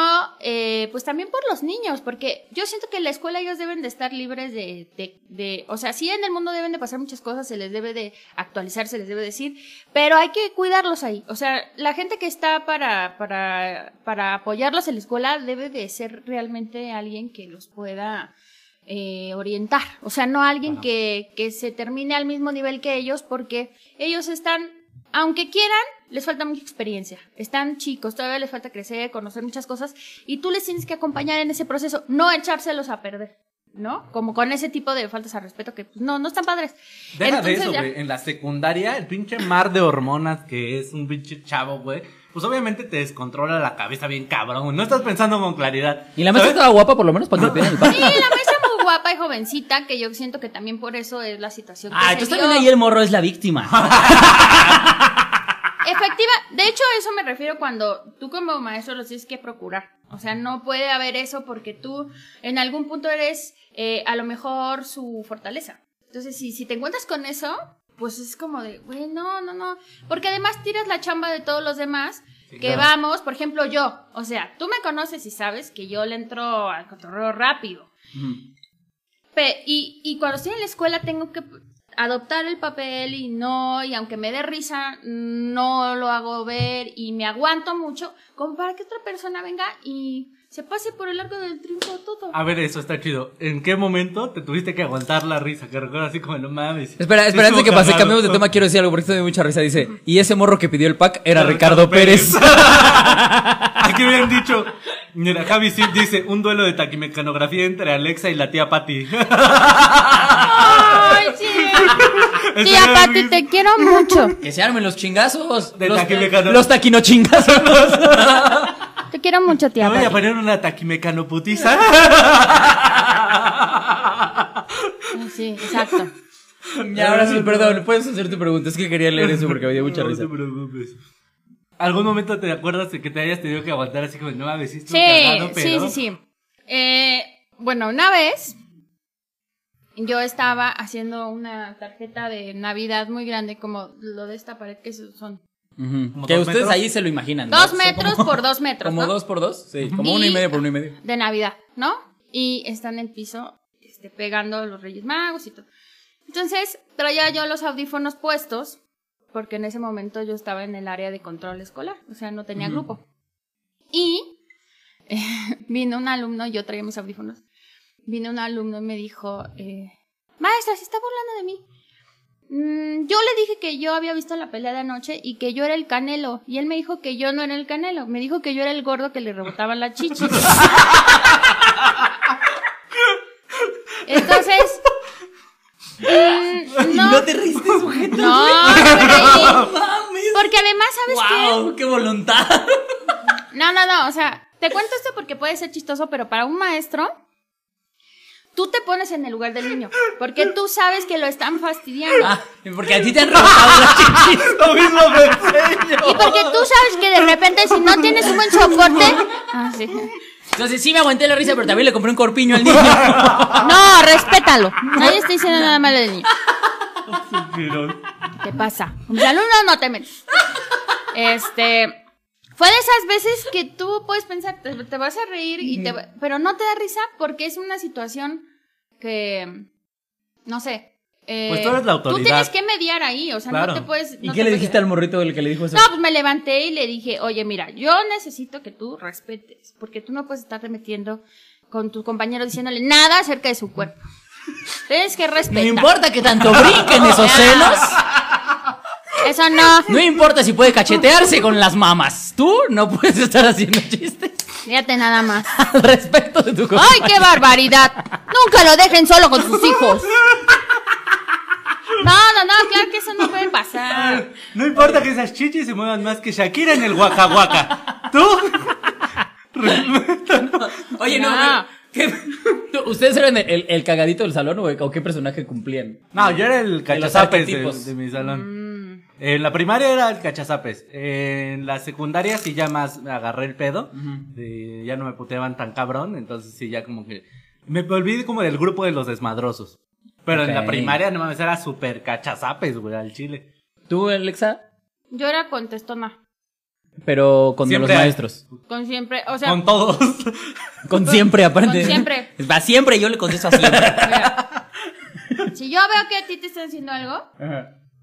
[SPEAKER 3] eh, pues también por los niños, porque yo siento que en la escuela ellos deben de estar libres de, de, de- o sea, sí en el mundo deben de pasar muchas cosas, se les debe de actualizar, se les debe decir, pero hay que cuidarlos ahí. O sea, la gente que está para, para, para apoyarlos en la escuela debe de ser realmente alguien que los pueda eh, orientar. O sea, no alguien que, que se termine al mismo nivel que ellos, porque ellos están, aunque quieran, les falta mucha experiencia. Están chicos, todavía les falta crecer, conocer muchas cosas, y tú les tienes que acompañar en ese proceso, no echárselos a perder. ¿No? Como con ese tipo de faltas al respeto que pues, no, no están padres.
[SPEAKER 2] Deja de
[SPEAKER 3] Entonces
[SPEAKER 2] eso,
[SPEAKER 3] ya-
[SPEAKER 2] güey. En la secundaria, el pinche mar de hormonas que es un pinche chavo, güey. Pues obviamente te descontrola la cabeza bien cabrón. No estás pensando con claridad.
[SPEAKER 1] Y la maestra
[SPEAKER 2] ¿Sabes?
[SPEAKER 1] estaba guapa, por lo menos, para que le pidieran el pack.
[SPEAKER 3] Sí, la maestra muy guapa y jovencita, que yo siento que también por eso es la situación que
[SPEAKER 1] Ah,
[SPEAKER 3] se
[SPEAKER 1] entonces también
[SPEAKER 3] dio.
[SPEAKER 1] ahí el morro es la víctima.
[SPEAKER 3] Efectiva, de hecho a eso me refiero cuando tú como maestro lo tienes que procurar. O sea, no puede haber eso porque tú en algún punto eres eh, a lo mejor su fortaleza. Entonces, si, si te encuentras con eso, pues es como de, güey, no, no, no. Porque además tiras la chamba de todos los demás.
[SPEAKER 2] Sí,
[SPEAKER 3] que
[SPEAKER 2] claro.
[SPEAKER 3] vamos, por ejemplo, yo. O sea, tú me conoces y sabes que yo le entro al cotorreo rápido. Pe- y, y cuando estoy en la escuela tengo que adoptar el papel y no, y aunque me dé risa, no lo hago ver y me aguanto mucho, como para que otra persona venga y se pase por el arco del triunfo todo.
[SPEAKER 2] A ver, eso está chido. ¿En qué momento te tuviste que aguantar la risa? Que recuerdo así como, no mames.
[SPEAKER 1] Espera, espera,
[SPEAKER 2] Sí,
[SPEAKER 1] antes de
[SPEAKER 2] estuvo
[SPEAKER 1] que pase,
[SPEAKER 2] cagado.
[SPEAKER 1] cambiemos de tema, quiero decir algo porque esto me dio mucha risa. Dice, y ese morro que pidió el pack era
[SPEAKER 2] Era
[SPEAKER 1] Ricardo
[SPEAKER 2] Ricardo
[SPEAKER 1] Pérez.
[SPEAKER 2] [laughs] [laughs] Aquí habían dicho, mira, Javi Sim dice, un duelo de taquimecanografía entre Alexa y la tía [laughs] Patty.
[SPEAKER 3] ¡Ay, sí!
[SPEAKER 2] Esa
[SPEAKER 3] Tía
[SPEAKER 2] era
[SPEAKER 3] Pati,
[SPEAKER 2] risa.
[SPEAKER 3] te quiero mucho.
[SPEAKER 1] que se armen los chingazos.
[SPEAKER 2] De
[SPEAKER 1] los,
[SPEAKER 2] taquimecano.
[SPEAKER 1] los taquinochingazos.
[SPEAKER 2] [laughs]
[SPEAKER 3] Te quiero mucho,
[SPEAKER 2] Te
[SPEAKER 3] tía
[SPEAKER 2] voy a
[SPEAKER 3] Pati.
[SPEAKER 2] poner una taquimecanoputiza.
[SPEAKER 3] Sí, exacto.
[SPEAKER 1] [laughs] ya, [laughs] ahora sí, perdón, puedes hacer tu pregunta. Es que quería leer eso porque me dio mucha
[SPEAKER 2] No
[SPEAKER 1] risa.
[SPEAKER 2] te preocupes. ¿Algún momento te acuerdas de que te hayas tenido que aguantar así como, no mames, sí, estuvo
[SPEAKER 3] Sí,
[SPEAKER 2] cagado,
[SPEAKER 3] sí,
[SPEAKER 2] pero-
[SPEAKER 3] sí, sí. Eh, bueno, una vez yo estaba haciendo una tarjeta de Navidad muy grande, como lo de esta pared que son
[SPEAKER 1] Ujú.
[SPEAKER 2] Como
[SPEAKER 1] Que
[SPEAKER 2] dos
[SPEAKER 1] ustedes
[SPEAKER 2] metros.
[SPEAKER 1] ahí se lo imaginan. ¿no? [laughs]
[SPEAKER 3] dos
[SPEAKER 1] Son
[SPEAKER 3] metros
[SPEAKER 1] como-
[SPEAKER 3] por dos metros,
[SPEAKER 1] Como
[SPEAKER 3] ¿no?
[SPEAKER 1] dos por dos, sí. Como
[SPEAKER 3] Y-
[SPEAKER 1] uno y medio por uno y medio.
[SPEAKER 3] de Navidad, ¿no? Y está en el piso este, pegando los Reyes Magos y todo. Entonces traía yo los audífonos puestos porque en ese momento yo estaba en el área de control escolar, o sea, no tenía grupo. Y [laughs] eh, vino un alumno, yo traía mis audífonos, vino un alumno y me dijo, eh, maestra, se está burlando de mí. Mm, yo le dije que yo había visto la pelea de anoche y que yo era el canelo. Y él me dijo que yo no era el canelo. Me dijo que yo era el gordo que le rebotaban la chichis. Entonces. mm, no,
[SPEAKER 1] te [laughs] riste, sujeto.
[SPEAKER 3] no, pero-
[SPEAKER 1] mames.
[SPEAKER 3] porque además, ¿sabes qué?
[SPEAKER 1] ¡Wow! ¡Qué voluntad!
[SPEAKER 3] No, no, no, o sea, te cuento esto porque puede ser chistoso, pero para un maestro, tú te pones en el lugar del niño, porque tú sabes que lo están fastidiando.
[SPEAKER 1] Ah, porque a ti te han rebotado las chichis.
[SPEAKER 2] [laughs]
[SPEAKER 3] [laughs]
[SPEAKER 2] Lo mismo me enseño.
[SPEAKER 3] Y porque tú sabes que de repente si no tienes un buen soporte... Ah, sí.
[SPEAKER 1] Entonces sí me aguanté la risa, pero también le compré un corpiño al niño.
[SPEAKER 3] [laughs] No, respétalo. Nadie está diciendo nada malo del niño. ¿Qué pasa? Un alumno no te metes. Este. Fue de esas veces que tú puedes pensar, te, te vas a reír, y te, va- pero no te da risa porque es una situación que. No sé. eh,
[SPEAKER 2] Pues tú eres la autoridad.
[SPEAKER 3] Tú tienes que mediar ahí, o sea,
[SPEAKER 2] Claro.
[SPEAKER 3] no te puedes.
[SPEAKER 1] ¿Y
[SPEAKER 3] no
[SPEAKER 1] qué
[SPEAKER 3] te
[SPEAKER 1] le
[SPEAKER 3] puedes-
[SPEAKER 1] dijiste al morrito del que le dijo eso?
[SPEAKER 3] No, pues me levanté y le dije, oye, mira, yo necesito que tú respetes, porque tú no puedes estarte metiendo con tu compañero diciéndole nada acerca de su cuerpo. Tienes que
[SPEAKER 1] No
[SPEAKER 3] respetar.
[SPEAKER 1] importa que tanto brinquen esos
[SPEAKER 3] [laughs]
[SPEAKER 1] celos.
[SPEAKER 3] Eso no.
[SPEAKER 1] No importa si puede cachetearse con las mamas. Tú no puedes estar haciendo chistes
[SPEAKER 3] Fíjate nada más.
[SPEAKER 1] al respecto de tu cosa.
[SPEAKER 3] ¡Ay, qué barbaridad! [laughs] Nunca lo dejen solo con sus hijos. No, no, no, claro que eso no puede pasar.
[SPEAKER 2] [laughs] No importa que esas chichis se muevan más que Shakira en el Waka Waka. ¿Tú?
[SPEAKER 1] [laughs] Oye, no,
[SPEAKER 3] No.
[SPEAKER 1] güey, ¿qué- [laughs] ¿Ustedes eran el, el- el cagadito del salón güey? o qué personaje cumplían?
[SPEAKER 2] No, yo era el cachazapes de,
[SPEAKER 1] arquetipos.
[SPEAKER 2] de mi salón.
[SPEAKER 3] Mm.
[SPEAKER 2] En la primaria era el cachazapes. En la secundaria sí ya más me agarré el pedo. De- ya no me puteaban tan cabrón. Entonces sí ya como que... Me olvidé como del grupo de los desmadrosos. Pero en la
[SPEAKER 1] Ok.
[SPEAKER 2] primaria, no mames, era súper cachazapes, güey, al chile.
[SPEAKER 1] ¿Tú, Alexa?
[SPEAKER 3] Yo era contestona.
[SPEAKER 1] Pero con
[SPEAKER 2] Siempre
[SPEAKER 1] los
[SPEAKER 2] hay.
[SPEAKER 1] maestros.
[SPEAKER 3] Con siempre. O sea,
[SPEAKER 2] Con todos.
[SPEAKER 1] Con siempre, aparte.
[SPEAKER 3] Con siempre.
[SPEAKER 1] [laughs] Va siempre, yo le contesto a
[SPEAKER 3] [laughs]
[SPEAKER 1] siempre.
[SPEAKER 3] mira, si yo veo que a ti te están haciendo algo,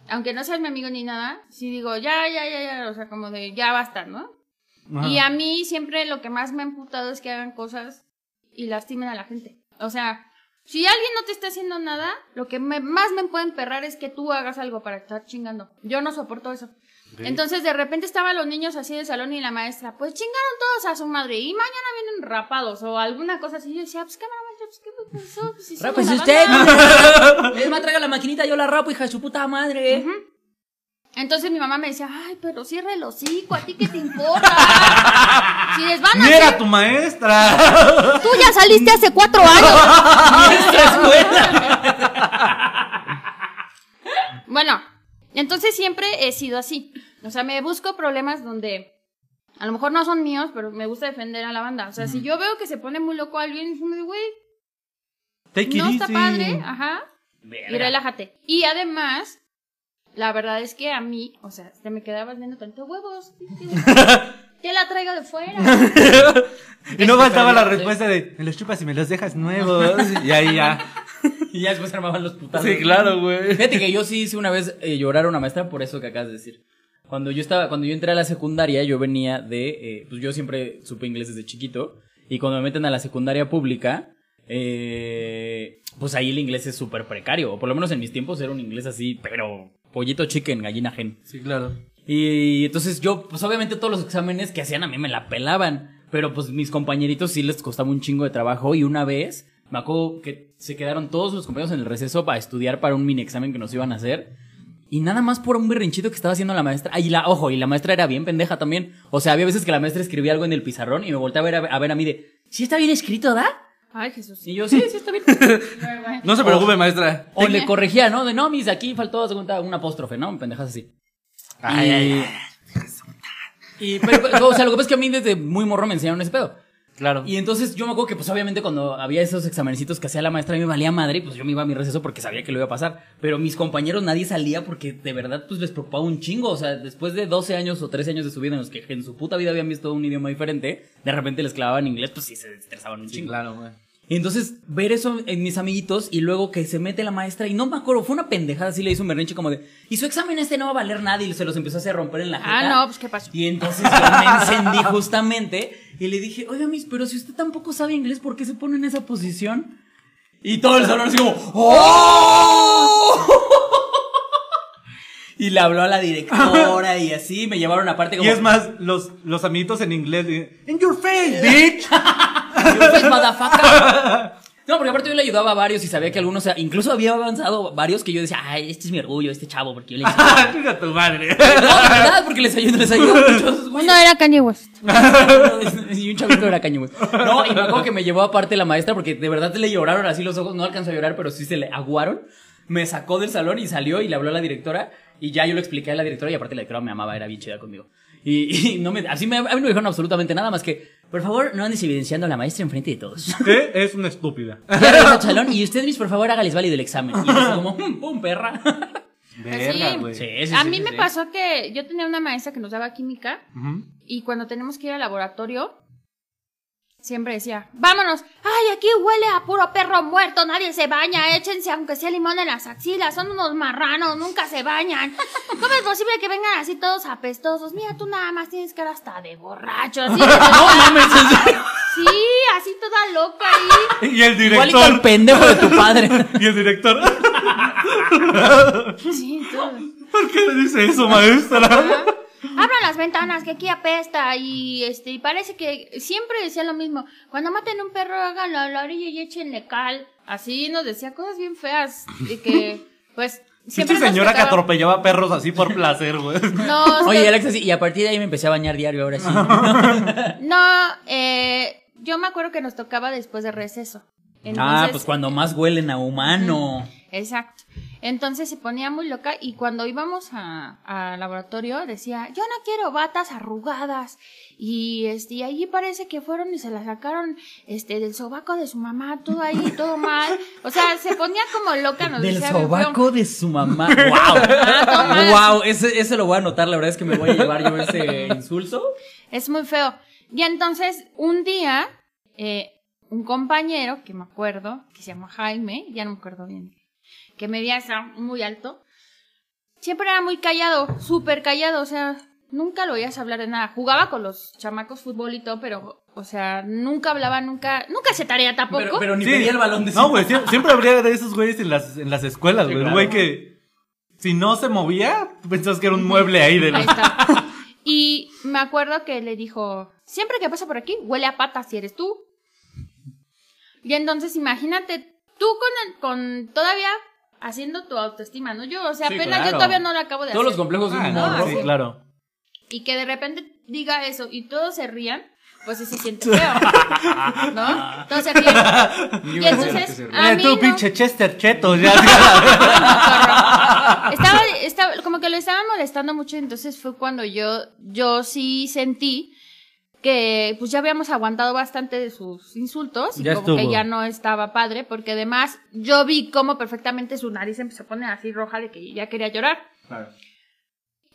[SPEAKER 3] aunque no seas mi amigo ni nada, si digo, ya, ya, ya, ya, o sea, como de, ya basta, ¿no? [laughs] Y a mí siempre lo que más me ha emputado es que hagan cosas y lastimen a la gente. O sea, si alguien no te está haciendo nada, lo que me- más me puede emperrar es que tú hagas algo para estar chingando. Yo no soporto eso. Entonces, de repente estaban los niños así en el salón y la maestra, pues chingaron todos a su madre y mañana vienen rapados o alguna cosa así. Y yo decía, pues cámara, maestra, pues qué pasó. Pues, si somos
[SPEAKER 1] Rápese
[SPEAKER 3] la
[SPEAKER 1] usted.
[SPEAKER 3] banda".
[SPEAKER 1] [laughs] Es más, traiga la maquinita, yo la rapo, hija de su puta madre.
[SPEAKER 3] Entonces mi mamá me decía, ay, pero cierra el hocico, ¿a ti qué te importa? si les van a
[SPEAKER 2] ¡Mira
[SPEAKER 3] hacer,
[SPEAKER 2] tu maestra!
[SPEAKER 3] [laughs] tú ya saliste hace cuatro años.
[SPEAKER 1] [laughs]
[SPEAKER 3] bueno, entonces siempre he sido así. O sea, me busco problemas donde a lo mejor no son míos, pero me gusta defender a la banda. O sea, si yo veo que se pone muy loco alguien, yo me digo, güey,
[SPEAKER 2] Take it
[SPEAKER 3] no está
[SPEAKER 2] easy.
[SPEAKER 3] padre, ajá, y relájate. Y además, la verdad es que a mí, o sea, te me quedabas viendo
[SPEAKER 1] [laughs]
[SPEAKER 3] tanto huevos. Que la traigo de fuera.
[SPEAKER 2] Y no faltaba la respuesta de, me los chupas y me los dejas nuevos. Y ahí ya.
[SPEAKER 1] Y ya después armaban los putados.
[SPEAKER 2] [laughs] Sí, claro, güey.
[SPEAKER 1] Fíjate que yo sí hice una vez eh, llorar a una maestra por eso que acabas de decir. Cuando yo estaba, cuando yo entré a la secundaria, yo venía de, eh, pues yo siempre supe inglés desde chiquito y cuando me meten a la secundaria pública, eh, pues ahí el inglés es súper precario. O por lo menos en mis tiempos era un inglés así, pero pollito chicken, gallina gen.
[SPEAKER 2] Sí, claro.
[SPEAKER 1] Y entonces yo, pues obviamente todos los exámenes que hacían a mí me la pelaban. Pero pues mis compañeritos sí les costaba un chingo de trabajo. Y una vez, me acuerdo que se quedaron todos los compañeros en el receso para estudiar para un mini examen que nos iban a hacer. Y nada más por un berrinchito que estaba haciendo la maestra. Ah, y la, ojo, y la maestra era bien pendeja también. O sea, había veces que la maestra escribía algo en el pizarrón y me volteaba a ver a, a ver a mí de, ¿sí está bien escrito, da?
[SPEAKER 3] Ay, Jesús.
[SPEAKER 1] Y yo, sí,
[SPEAKER 3] [laughs]
[SPEAKER 1] sí está bien.
[SPEAKER 2] No se preocupe, maestra.
[SPEAKER 1] O le corregía, ¿no? De, no, mis, aquí faltó haz de cuenta, un apóstrofe, ¿no? Pendejas así.
[SPEAKER 2] Ay,
[SPEAKER 1] Y-
[SPEAKER 2] ay,
[SPEAKER 1] Y, pero, pero, o sea, lo que pasa es que a mí desde muy morro me enseñaron ese pedo.
[SPEAKER 2] Claro.
[SPEAKER 1] Y entonces yo me acuerdo que, pues obviamente, cuando había esos examencitos que hacía la maestra, a mí me valía madre, y, pues yo me iba a mi receso porque sabía que lo iba a pasar. Pero mis compañeros nadie salía porque de verdad, pues les preocupaba un chingo. O sea, después de 12 años o 13 años de su vida en los que en su puta vida habían visto un idioma diferente, de repente les clavaban inglés, pues sí se estresaban un
[SPEAKER 2] Sí,
[SPEAKER 1] chingo.
[SPEAKER 2] claro, güey.
[SPEAKER 1] Entonces, ver eso en mis amiguitos y luego que se mete la maestra y no me acuerdo, fue una pendejada, así le hizo un berrinche como de, y su examen este no va a valer nada y se los empezó a hacer romper en la
[SPEAKER 3] Ah,
[SPEAKER 1] jeta.
[SPEAKER 3] no, pues qué pasó.
[SPEAKER 1] Y entonces yo me encendí justamente y le dije, oiga, mis, pero si usted tampoco sabe inglés, ¿por qué se pone en esa posición? Y todo el salón así como, ¡Oh! [laughs] Y le habló a la directora y así, me llevaron aparte como,
[SPEAKER 2] Y es más, los, los amiguitos en inglés dicen, In your [laughs] face, bitch.
[SPEAKER 1] "Yo soy motherfucker". No, porque aparte yo le ayudaba a varios y sabía que algunos, o sea, incluso había avanzado varios que yo decía, ay, este es mi orgullo, este chavo, porque yo le hice.
[SPEAKER 2] [laughs] Chinga tu madre.
[SPEAKER 1] No, de verdad, porque les ayudó, les ayudó mucho a esos
[SPEAKER 3] [laughs]
[SPEAKER 1] güeyes.
[SPEAKER 3] Uno era Kanye West.
[SPEAKER 1] y un chavito era cañón. No, y me acuerdo que me llevó aparte la maestra porque de verdad le lloraron así los ojos. No alcanzó a llorar, pero sí se le aguaron. Me sacó del salón y salió y le habló a la directora. Y ya yo lo expliqué a la directora y aparte la directora me amaba, era bien chida conmigo. Y, y no me, así me, a mí no me dijeron absolutamente nada más que, por favor, no andes evidenciando a la maestra enfrente de todos.
[SPEAKER 2] ¿Qué? Eh, Es una estúpida.
[SPEAKER 1] Ya regresa al salón y usted, mis, por favor, hágales válido el examen. Y yo como, "Mm, pum, perra.
[SPEAKER 2] Verga, güey.
[SPEAKER 1] Sí, sí,
[SPEAKER 3] A
[SPEAKER 1] sí,
[SPEAKER 3] mí
[SPEAKER 1] sí,
[SPEAKER 3] me
[SPEAKER 1] sí.
[SPEAKER 3] pasó que yo tenía una maestra que nos daba química
[SPEAKER 2] Ujú.
[SPEAKER 3] y cuando tenemos que ir al laboratorio, siempre decía, vámonos, ay, aquí huele a puro perro muerto, nadie se baña, échense aunque sea limón en las axilas, son unos marranos, nunca se bañan. [laughs] ¿Cómo es posible que vengan así todos apestosos? Mira, tú nada más tienes cara hasta de borracho,
[SPEAKER 1] [laughs]
[SPEAKER 3] así.
[SPEAKER 1] No mames, en serio.
[SPEAKER 3] Sí, así toda loca ahí.
[SPEAKER 1] [laughs]
[SPEAKER 2] Y el
[SPEAKER 1] igualito al
[SPEAKER 2] director.
[SPEAKER 1] pendejo de tu [laughs] padre.
[SPEAKER 2] Y el director. [laughs]
[SPEAKER 3] Sí, todo.
[SPEAKER 2] ¿Por qué le dice eso, maestra?
[SPEAKER 3] Ajá. Abran las ventanas, que aquí apesta y este y parece que siempre decía lo mismo. Cuando maten un perro, háganlo a la orilla y échenle cal. Así nos decía cosas bien feas
[SPEAKER 2] [laughs]
[SPEAKER 3] y que pues
[SPEAKER 2] Pinche
[SPEAKER 3] siempre nos
[SPEAKER 2] señora que
[SPEAKER 3] tocaba-
[SPEAKER 2] atropellaba perros así por placer, güey.
[SPEAKER 3] nos
[SPEAKER 1] Oye,
[SPEAKER 3] to-
[SPEAKER 1] Alex, así, y a partir de ahí me empecé a bañar diario ahora sí.
[SPEAKER 3] No, eh, yo me acuerdo que nos tocaba después de receso.
[SPEAKER 1] ah,
[SPEAKER 2] pues,
[SPEAKER 3] Entonces,
[SPEAKER 1] pues cuando más huelen a humano.
[SPEAKER 3] Exacto. Entonces se ponía muy loca y cuando íbamos a, a laboratorio decía, yo no quiero batas arrugadas. Y este, y allí parece que fueron y se la sacaron este del sobaco de su mamá, todo ahí, todo mal. O sea, se ponía como loca, nos
[SPEAKER 1] Del
[SPEAKER 3] decía, bien feo.
[SPEAKER 1] sobaco de su [laughs] mamá. Ah,
[SPEAKER 3] todo mal.
[SPEAKER 1] ¡Wow! ¡Wow! Ese, ese lo voy a anotar, la verdad es que me voy a llevar yo ese insulto.
[SPEAKER 3] Es muy feo. Y entonces, un día, eh, un compañero, que me acuerdo, que se llama Jaime, ya no me acuerdo bien, que medía esa- muy alto, siempre era muy callado, súper callado, o sea, nunca lo oías hablar de nada. Jugaba con los chamacos fútbol y todo, pero, o sea, nunca hablaba, nunca, nunca se tarea tampoco.
[SPEAKER 1] Pero, pero ni
[SPEAKER 2] Sí.
[SPEAKER 1] pedía el balón de su
[SPEAKER 2] No, güey, sie- siempre habría de esos güeyes en las, en las escuelas,
[SPEAKER 1] Sí,
[SPEAKER 2] güey. El
[SPEAKER 1] claro.
[SPEAKER 2] güey que si no se movía, tú pensabas que era un mueble ahí de
[SPEAKER 3] Ahí
[SPEAKER 2] los...
[SPEAKER 3] está.
[SPEAKER 1] [laughs]
[SPEAKER 3] Y me acuerdo que le dijo, siempre que pasa por aquí, huele a patas si eres tú. Y entonces imagínate, tú con, el- con todavía haciendo tu autoestima, ¿no? Yo, o sea,
[SPEAKER 1] Sí,
[SPEAKER 3] apenas
[SPEAKER 1] claro.
[SPEAKER 3] yo todavía no lo acabo de
[SPEAKER 1] Todos los
[SPEAKER 3] hacer.
[SPEAKER 1] complejos de un
[SPEAKER 2] Ah, no,
[SPEAKER 1] morro.
[SPEAKER 2] sí, claro.
[SPEAKER 3] Y que de repente diga eso y todos se rían, pues sí
[SPEAKER 1] [laughs]
[SPEAKER 3] se siente feo. ¿No? Todos se ríen. Y entonces, a
[SPEAKER 2] Eh,
[SPEAKER 3] mí
[SPEAKER 2] tú,
[SPEAKER 3] no-
[SPEAKER 2] pinche Chester Cheto,
[SPEAKER 3] [laughs]
[SPEAKER 2] ya.
[SPEAKER 3] estaba, estaba como que lo estaba molestando mucho, entonces fue cuando yo, yo sí sentí que pues ya habíamos aguantado bastante de sus insultos y
[SPEAKER 2] Ya
[SPEAKER 3] como que
[SPEAKER 2] estuvo.
[SPEAKER 3] ya no estaba padre, porque además yo vi cómo perfectamente su nariz empezó a poner así roja de que ya quería llorar.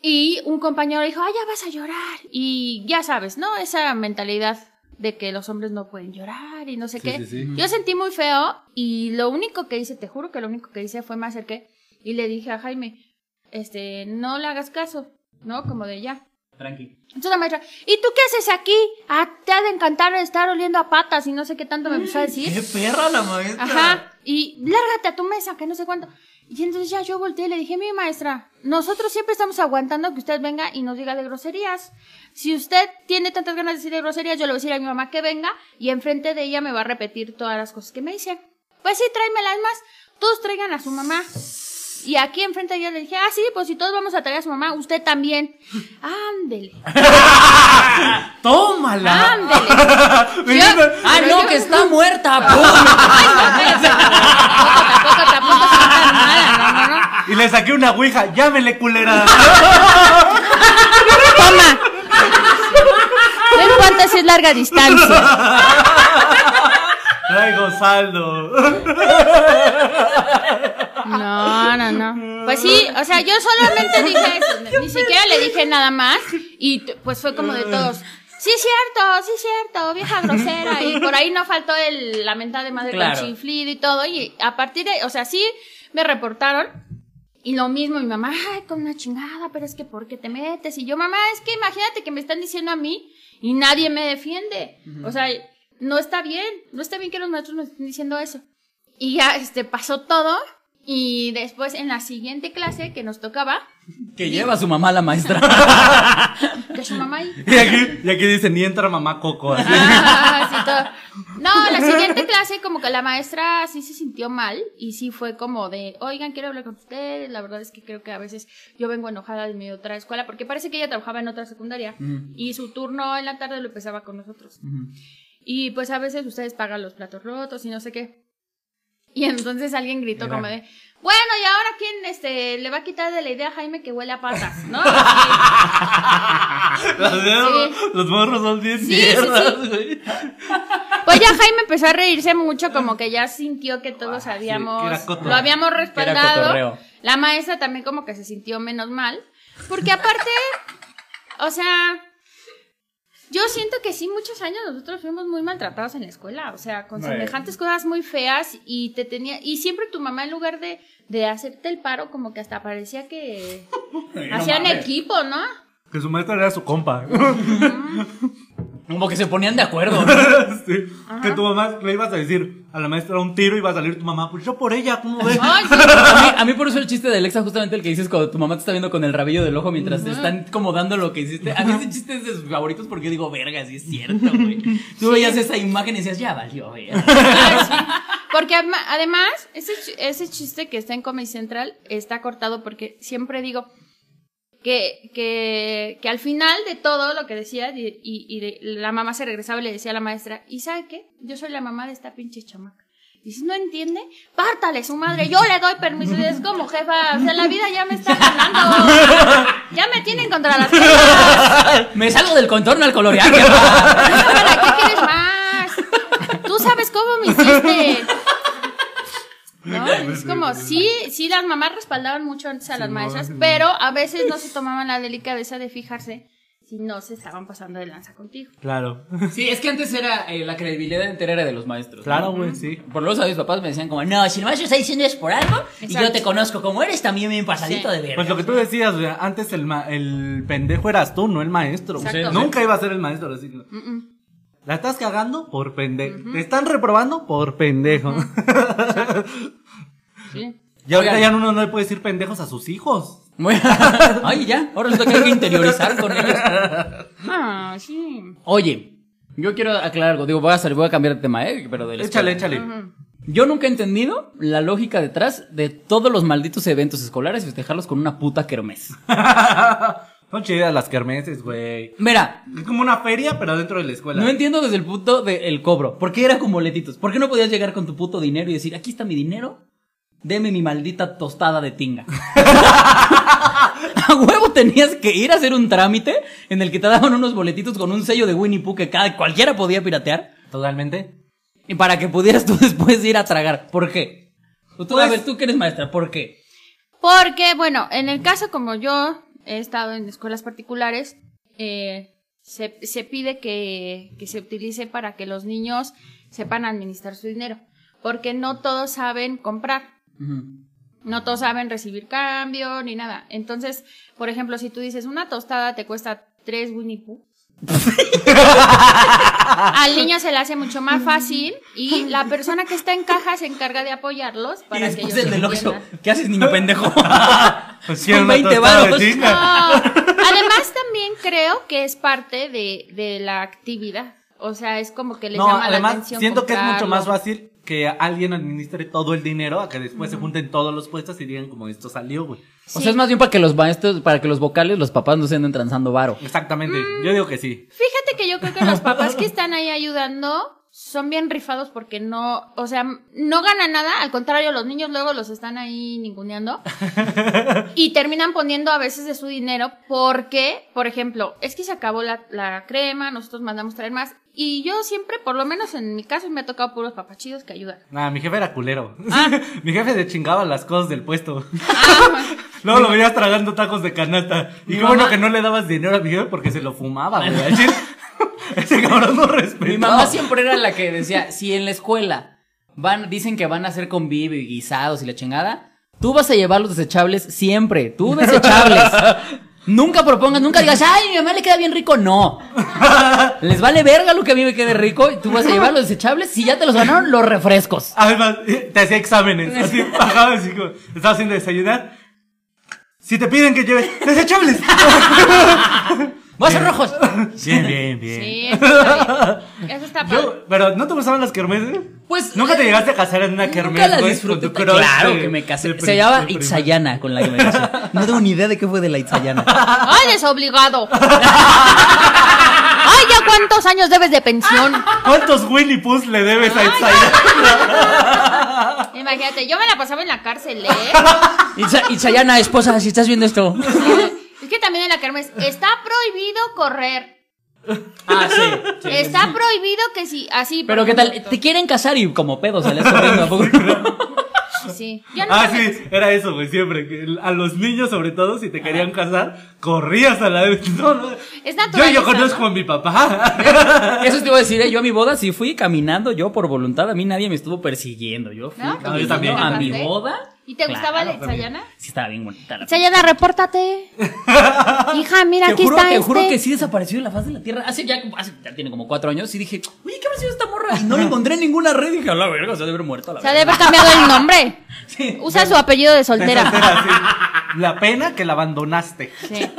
[SPEAKER 3] Y un compañero dijo, ah, ya vas a llorar. Y ya sabes, ¿no? Esa mentalidad de que los hombres no pueden llorar y no sé qué. Yo sentí muy feo y lo único que hice, te juro que lo único que hice fue me acerqué y le dije a Jaime, este, no le hagas caso, ¿no? Como de ya.
[SPEAKER 1] Tranqui.
[SPEAKER 3] Entonces la maestra, ¿y tú qué haces aquí? Ah, te ha de encantar estar oliendo a patas y no sé qué tanto me empezó a decir.
[SPEAKER 1] perra la maestra!
[SPEAKER 3] Ajá, y lárgate a tu mesa, que no sé cuánto. Y entonces ya yo volteé y le dije, mi maestra, nosotros siempre estamos aguantando que usted venga y nos diga de groserías. Si usted tiene tantas ganas de decir de groserías, yo le voy a decir a mi mamá que venga y enfrente de ella me va a repetir todas las cosas que me dice. Pues sí, tráemelas más. Todos traigan a su mamá. Y aquí enfrente de ella le dije, ah, sí, pues si todos vamos a traer a su mamá, usted también. Ándele,
[SPEAKER 2] ¡Tómala!
[SPEAKER 3] ándele.
[SPEAKER 2] Viniendo-
[SPEAKER 1] ¡Ah,
[SPEAKER 3] Pero
[SPEAKER 1] no,
[SPEAKER 3] yo-
[SPEAKER 1] que está muerta! ¡Pum!
[SPEAKER 3] Tampoco, tampoco, tampoco soy tan mala, no, no, no.
[SPEAKER 2] [laughs] Y le saqué una ouija, llámele culera.
[SPEAKER 3] [laughs] Toma. No importa si es larga distancia.
[SPEAKER 2] Traigo saldo. [laughs]
[SPEAKER 3] No, no, no. Pues sí, o sea, yo solamente dije eso. Ni siquiera le dije nada más. Y t- pues fue como de todos. Sí, cierto, sí, cierto, vieja grosera. Y por ahí no faltó el lamentar de madre
[SPEAKER 1] Claro.
[SPEAKER 3] con chiflido y todo. Y a partir de, o sea, sí me reportaron. Y lo mismo, mi mamá, ay, con una chingada, pero es que ¿por qué te metes? Y yo, mamá, es que imagínate que me están diciendo a mí y nadie me defiende. O sea, no está bien, no está bien que los maestros nos estén diciendo eso. Y ya, este, pasó todo. Y después en la siguiente clase que nos tocaba,
[SPEAKER 1] Que lleva a su mamá la maestra.
[SPEAKER 3] que su mamá ahí,
[SPEAKER 2] Y aquí, y aquí dice, ni entra mamá Coco. [laughs] así.
[SPEAKER 3] [laughs] Ah, sí, todo. No, la siguiente clase como que la maestra sí se sintió mal y sí fue como de, oigan, quiero hablar con ustedes, la verdad es que creo que a veces yo vengo enojada de mi otra escuela porque parece que ella trabajaba en otra secundaria y su turno en la tarde lo empezaba con nosotros. Y pues a veces ustedes pagan los platos rotos y no sé qué. Y entonces alguien gritó como de, bueno, ¿y ahora quién este, le va a quitar de la idea a Jaime que huele a patas? ¿No? Así.
[SPEAKER 2] Los, dedos-
[SPEAKER 3] Sí.
[SPEAKER 2] los morros son bien
[SPEAKER 3] sí,
[SPEAKER 2] mierdas,
[SPEAKER 3] sí.
[SPEAKER 2] güey.
[SPEAKER 3] Pues ya Jaime empezó a reírse mucho, como que ya sintió que todos habíamos,
[SPEAKER 2] Ah, que era coto.
[SPEAKER 3] lo habíamos respaldado.
[SPEAKER 1] cotorreo.
[SPEAKER 3] La maestra también como que se sintió menos mal, porque aparte, o sea, yo siento que sí, muchos años nosotros fuimos muy maltratados en la escuela, o sea, con semejantes cosas muy feas y te tenía, y siempre tu mamá en lugar de, de hacerte el paro, como que hasta parecía que
[SPEAKER 2] [laughs]
[SPEAKER 3] hacían equipo, ¿no?
[SPEAKER 2] Que su maestra era su compa.
[SPEAKER 1] Como que se ponían de acuerdo.
[SPEAKER 2] [laughs] Sí. Que tu mamá le ibas a decir a la maestra un tiro y iba a salir tu mamá. Pues yo por ella, ¿cómo
[SPEAKER 1] [laughs]
[SPEAKER 2] ves?
[SPEAKER 3] Ay, sí.
[SPEAKER 1] A mí, a mí por eso el chiste de Alexa, justamente el que dices cuando tu mamá te está viendo con el rabillo del ojo mientras te están como dando lo que hiciste. A mí ese chiste es de sus favoritos porque digo, verga, sí es cierto, güey. Tú veías esa imagen y decías, ya valió, güey.
[SPEAKER 3] Porque ama- además, ese, chi- ese chiste que está en Comedy Central está cortado porque siempre digo que, que, que al final de todo lo que decía y, y- y de- la mamá se regresaba y le decía a la maestra, ¿y sabe qué? Yo soy la mamá de esta pinche chamaca. Y si no entiende, pártale su madre. Yo le doy permiso. Y es como, jefa, o sea, la vida ya me está ganando. Ya me tienen contra las cejas.
[SPEAKER 1] Me salgo del contorno al colorear.
[SPEAKER 3] ¿Para qué quieres más? Tú sabes cómo me hiciste. ¿No? Es como, sí, sí, las mamás respaldaban mucho antes a las maestras, pero a veces no se tomaban la delicadeza de fijarse si no se estaban pasando de lanza contigo.
[SPEAKER 2] Claro.
[SPEAKER 1] Sí, es que antes era eh, la credibilidad entera era de los maestros.
[SPEAKER 2] Claro, güey, sí.
[SPEAKER 1] Por lo menos a mis papás me decían como, no, si el maestro está diciendo es por algo, y
[SPEAKER 3] Exacto.
[SPEAKER 1] yo te conozco como eres también bien pasadito
[SPEAKER 3] Sí.
[SPEAKER 1] de verga.
[SPEAKER 2] Pues lo que tú
[SPEAKER 1] [laughs]
[SPEAKER 2] decías, güey, antes el, ma- el pendejo eras tú, no el maestro. güey.
[SPEAKER 3] Exacto.
[SPEAKER 2] Nunca iba a ser el maestro. así que-
[SPEAKER 1] Mm,
[SPEAKER 3] Mm-mm.
[SPEAKER 2] La estás cagando por pendejo. Te están reprobando por pendejo.
[SPEAKER 3] Sí.
[SPEAKER 2] [laughs] y ahorita
[SPEAKER 1] Oigan.
[SPEAKER 2] ya uno no le puede decir pendejos a sus hijos.
[SPEAKER 1] Muy- [laughs] Ay, ya, ahora resulta que hay que interiorizar con ellos.
[SPEAKER 3] Ah, sí.
[SPEAKER 1] Oye, yo quiero aclarar algo, digo, voy a, salir- voy a cambiar de tema, eh, pero de la
[SPEAKER 2] Échale,
[SPEAKER 1] escuela.
[SPEAKER 2] échale.
[SPEAKER 1] Yo nunca he entendido la lógica detrás de todos los malditos eventos escolares y festejarlos con una puta kermés.
[SPEAKER 2] [laughs] Son chidas las kermeses, güey.
[SPEAKER 1] Mira,
[SPEAKER 2] Es como una feria, pero dentro de la escuela.
[SPEAKER 1] No entiendo desde el punto del cobro. ¿Por qué era con boletitos? ¿Por qué no podías llegar con tu puto dinero y decir, aquí está mi dinero? Deme mi maldita tostada de tinga.
[SPEAKER 3] [laughs]
[SPEAKER 1] a huevo tenías que ir a hacer un trámite en el que te daban unos boletitos con un sello de Winnie Pooh que cada, cualquiera podía piratear.
[SPEAKER 2] Totalmente.
[SPEAKER 1] Y para que pudieras [laughs] tú después ir a tragar. ¿Por qué? Tú,
[SPEAKER 3] Pues
[SPEAKER 1] a ver, tú que eres maestra, ¿por qué?
[SPEAKER 3] Porque, bueno, en el caso como yo he estado en escuelas particulares, eh, se, se pide que, que se utilice para que los niños sepan administrar su dinero, porque no todos saben comprar. No todos saben recibir cambio ni nada. Entonces, por ejemplo, si tú dices una tostada te cuesta tres Winnie Pooh", al niño se le hace mucho más fácil y la persona que está en caja se encarga de apoyarlos
[SPEAKER 1] Y
[SPEAKER 3] para que ellos
[SPEAKER 1] después el del Oxxo,
[SPEAKER 3] entiendan.
[SPEAKER 1] ¿Qué haces,
[SPEAKER 3] [laughs]
[SPEAKER 1] niño pendejo?
[SPEAKER 2] Pues
[SPEAKER 1] quiero una 20 tostada de varos. tinga.
[SPEAKER 3] No. Además, también creo que es parte de, de la actividad. O sea, es como que les
[SPEAKER 2] No,
[SPEAKER 3] llama la
[SPEAKER 2] además,
[SPEAKER 3] atención.
[SPEAKER 2] siento que es mucho más
[SPEAKER 3] comprarlo.
[SPEAKER 2] fácil que alguien administre todo el dinero a que después se junten todos los puestos y digan como esto salió, güey.
[SPEAKER 1] O sea, es más bien para que los maestros, para que los vocales, los papás no se anden transando varo.
[SPEAKER 2] Exactamente,
[SPEAKER 3] Mm.
[SPEAKER 2] yo digo que sí.
[SPEAKER 3] Fíjate que yo creo que los papás que están ahí ayudando son bien rifados porque no, o sea, no ganan nada. Al contrario, los niños luego los están ahí ninguneando. y terminan poniendo a veces de su dinero porque, por ejemplo, es que se acabó la, la crema, nosotros mandamos traer más. Y yo siempre, por lo menos en mi caso, me ha tocado puros papachidos que ayudan.
[SPEAKER 2] Nah, mi jefe era culero. [laughs] mi jefe le chingaba las cosas del puesto.
[SPEAKER 3] Ah,
[SPEAKER 2] [laughs] Luego lo veías tragando tacos de canasta. Y qué bueno que no le dabas dinero a mi jefe porque se lo fumaba,
[SPEAKER 3] [laughs]
[SPEAKER 2] güey. Al chile, [laughs] Ese cabrón no respetaba.
[SPEAKER 1] Mi mamá siempre era la que decía, si en la escuela van, dicen que van a hacer convivio y guisados y la chingada, tú vas a llevar los desechables siempre, tú
[SPEAKER 2] [laughs]
[SPEAKER 1] desechables. nunca propongas, nunca digas, ay, mi mamá le queda bien rico, no. Les vale verga lo que a mí me quede rico y tú vas a llevar los desechables, si ya te los ganaron, los refrescos.
[SPEAKER 2] Además, eh, te hacía
[SPEAKER 3] [laughs]
[SPEAKER 2] exámenes. Así bajaba así como, estaba haciendo desayunar. Si te piden que lleves
[SPEAKER 3] [laughs]
[SPEAKER 2] desechables.
[SPEAKER 1] Vas a ser rojos.
[SPEAKER 2] Bien, bien, bien.
[SPEAKER 3] sí, eso está bien. Eso está padre.
[SPEAKER 2] [laughs] Yo, pero ¿no te gustaban las kermeses?
[SPEAKER 1] Pues,
[SPEAKER 2] Nunca te
[SPEAKER 1] eh,
[SPEAKER 2] llegaste a casar en una kermés,
[SPEAKER 1] Nunca la
[SPEAKER 2] güey,
[SPEAKER 1] disfruté.
[SPEAKER 2] con tu crush
[SPEAKER 1] Claro
[SPEAKER 2] de-
[SPEAKER 1] que me casé.
[SPEAKER 2] de
[SPEAKER 1] Se
[SPEAKER 2] prim-
[SPEAKER 1] llamaba
[SPEAKER 2] de prim-
[SPEAKER 1] Itzayana
[SPEAKER 2] [laughs]
[SPEAKER 1] con la que me casé. No tengo ni idea de qué fue de la [laughs] Itzayana.
[SPEAKER 3] ¡Ay, desobligado! [laughs] ¡Ay, ya cuántos años debes de pensión!
[SPEAKER 2] ¿Cuántos Winnie Pooh le debes a Itzayana?
[SPEAKER 3] Imagínate, yo me la pasaba en la cárcel, ¿eh?
[SPEAKER 1] Itza- Itzayana, esposa, si estás viendo esto.
[SPEAKER 3] Es que también en la Carmen está prohibido correr.
[SPEAKER 1] Ah, sí.
[SPEAKER 3] está prohibido que si así. por
[SPEAKER 1] Pero qué tal,
[SPEAKER 3] ejemplo,
[SPEAKER 1] te quieren casar y como pedo sales corriendo [laughs] ¿a poco?
[SPEAKER 3] Sí. Yo nunca
[SPEAKER 2] Ah,
[SPEAKER 3] me-
[SPEAKER 2] sí, era eso, güey, siempre. que el- A los niños, sobre todo, si te querían casar, corrías a la vez. [laughs] No, no.
[SPEAKER 3] Es
[SPEAKER 2] Yo,
[SPEAKER 3] natural.
[SPEAKER 2] yo conozco a mi papá.
[SPEAKER 1] Eso te iba a decir, ¿eh? yo a mi boda sí fui caminando yo por voluntad, a mí nadie me estuvo persiguiendo, yo fui
[SPEAKER 3] ¿No? No,
[SPEAKER 1] caminando
[SPEAKER 3] yo
[SPEAKER 2] también.
[SPEAKER 1] a mi
[SPEAKER 3] ¿Te
[SPEAKER 1] boda.
[SPEAKER 3] ¿Y te gustaba la
[SPEAKER 1] también.
[SPEAKER 3] Itzayana?
[SPEAKER 1] Sí, estaba bien bonita la
[SPEAKER 2] [laughs]
[SPEAKER 3] Sayana, repórtate. Hija, mira,
[SPEAKER 1] te
[SPEAKER 3] aquí
[SPEAKER 1] juro,
[SPEAKER 3] está
[SPEAKER 1] te
[SPEAKER 3] este.
[SPEAKER 1] juro que sí desapareció de la faz de la tierra. Hace ya, hace, ya tiene como cuatro años y dije, oye, ¿qué habrá sido esta morra? Y no la encontré en ninguna red. Y dije, a la verga, se debe haber muerto a la
[SPEAKER 3] Se ha
[SPEAKER 1] verga.
[SPEAKER 3] de haber cambiado el nombre.
[SPEAKER 1] Sí.
[SPEAKER 3] Usa su apellido
[SPEAKER 2] [laughs]
[SPEAKER 3] de soltera.
[SPEAKER 2] Era así, La pena que la abandonaste.
[SPEAKER 3] Sí.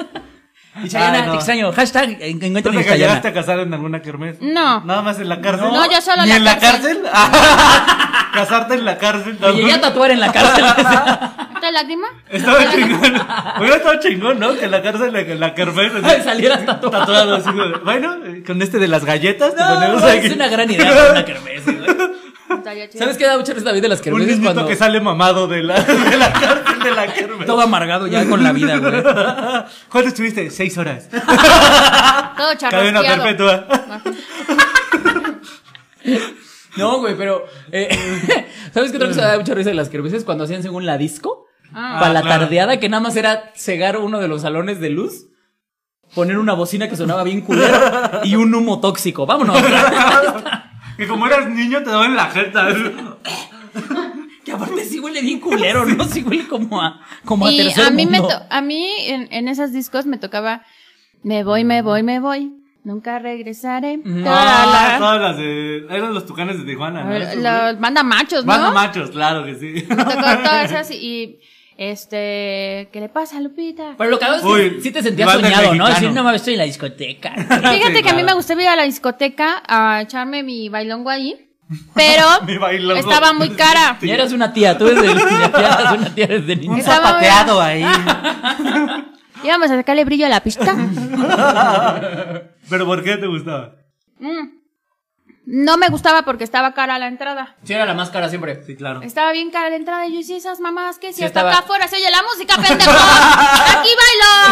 [SPEAKER 1] Y Chayana,
[SPEAKER 2] Ah, no.
[SPEAKER 1] te extraño. Hashtag, en-
[SPEAKER 2] ¿Tú
[SPEAKER 1] encuentra mi
[SPEAKER 2] te llegaste
[SPEAKER 1] Chayana.
[SPEAKER 2] a casar en alguna kermés?
[SPEAKER 3] No.
[SPEAKER 2] Nada más en la cárcel.
[SPEAKER 3] No, yo solo en
[SPEAKER 2] ¿Ni
[SPEAKER 3] la
[SPEAKER 2] en la cárcel? [laughs]
[SPEAKER 3] cárcel.
[SPEAKER 2] Casarte en la cárcel.
[SPEAKER 1] Me llegué a tatuar en la [laughs] cárcel.
[SPEAKER 3] ¿Te lágrima?
[SPEAKER 2] Estaba chingón. Hubiera estado chingón, ¿no? Que en la cárcel, en la kermés.
[SPEAKER 1] Ay,
[SPEAKER 2] así,
[SPEAKER 1] salieras tatuado.
[SPEAKER 2] Tatuado así, güey. Bueno, eh, con este de las galletas te
[SPEAKER 1] No,
[SPEAKER 2] ponemos
[SPEAKER 1] güey,
[SPEAKER 2] aquí.
[SPEAKER 1] es una gran idea para una kermés, güey.
[SPEAKER 3] Estaría chido.
[SPEAKER 1] ¿Sabes qué da mucha risa David de las
[SPEAKER 2] [laughs] Un
[SPEAKER 1] kermeses
[SPEAKER 2] niñito
[SPEAKER 1] cuando
[SPEAKER 2] que sale mamado de la, [laughs] de la cárcel de la Kermés.
[SPEAKER 5] Todo amargado ya con la
[SPEAKER 2] [laughs]
[SPEAKER 5] vida, güey.
[SPEAKER 2] ¿Cuánto estuviste? Seis horas.
[SPEAKER 3] Todo
[SPEAKER 2] Cadena
[SPEAKER 3] charrasqueado.
[SPEAKER 2] perpetua. [laughs]
[SPEAKER 1] No, güey, pero eh, [laughs] ¿Sabes qué otra cosa da mucha risa de las kermeses cuando hacían según la disco?
[SPEAKER 3] Ah.
[SPEAKER 1] Para la
[SPEAKER 2] claro.
[SPEAKER 1] tardeada que nada más era cegar uno de los salones de luz, poner una bocina que sonaba bien culera y un humo tóxico. Vámonos. [laughs]
[SPEAKER 2] Que como eras niño te daban la jeta.
[SPEAKER 1] que aparte sí huele bien culero, ¿no? Sí huele como a como a
[SPEAKER 3] Y
[SPEAKER 1] tercer
[SPEAKER 3] a mí, me
[SPEAKER 1] mundo.
[SPEAKER 3] to- a mí en, en esos discos me tocaba Me voy, me voy, me voy. Nunca regresaré.
[SPEAKER 2] Ah,
[SPEAKER 3] Tarara.
[SPEAKER 2] todas las de- Eran los tucanes de Tijuana,
[SPEAKER 3] A
[SPEAKER 2] ¿no?
[SPEAKER 3] ver,
[SPEAKER 2] Esos,
[SPEAKER 3] la banda machos, ¿no?
[SPEAKER 2] Van a machos, claro que sí.
[SPEAKER 3] Me tocó todas esas y este, ¿qué le pasa, Lupita?
[SPEAKER 1] Pero lo que es que
[SPEAKER 2] Uy,
[SPEAKER 1] sí te sentías
[SPEAKER 2] banda
[SPEAKER 1] soñado, ¿no?
[SPEAKER 2] mexicano.
[SPEAKER 1] Decir, no mames, estoy en la discoteca.
[SPEAKER 3] Fíjate
[SPEAKER 2] [laughs] Sí,
[SPEAKER 3] que a mí
[SPEAKER 2] claro.
[SPEAKER 3] me gustaba ir a la discoteca a echarme mi bailongo ahí, pero
[SPEAKER 2] [laughs] Mi bailongo.
[SPEAKER 3] estaba
[SPEAKER 2] [laughs]
[SPEAKER 3] muy cara.
[SPEAKER 1] Y eras una tía, tú desde ya eras una tía desde niña.
[SPEAKER 3] Estaba- zapateado
[SPEAKER 2] ahí.
[SPEAKER 3] [laughs] Íbamos a sacarle brillo a la pista.
[SPEAKER 2] [laughs] ¿Pero por qué te gustaba?
[SPEAKER 3] Mm. No me gustaba porque estaba cara la entrada.
[SPEAKER 1] Sí, era la máscara siempre.
[SPEAKER 2] Sí, claro.
[SPEAKER 3] Estaba bien cara la entrada y yo decía esas mamás que si
[SPEAKER 1] Sí,
[SPEAKER 3] hasta
[SPEAKER 1] estaba-
[SPEAKER 3] acá afuera se oye la música, pendejo. Aquí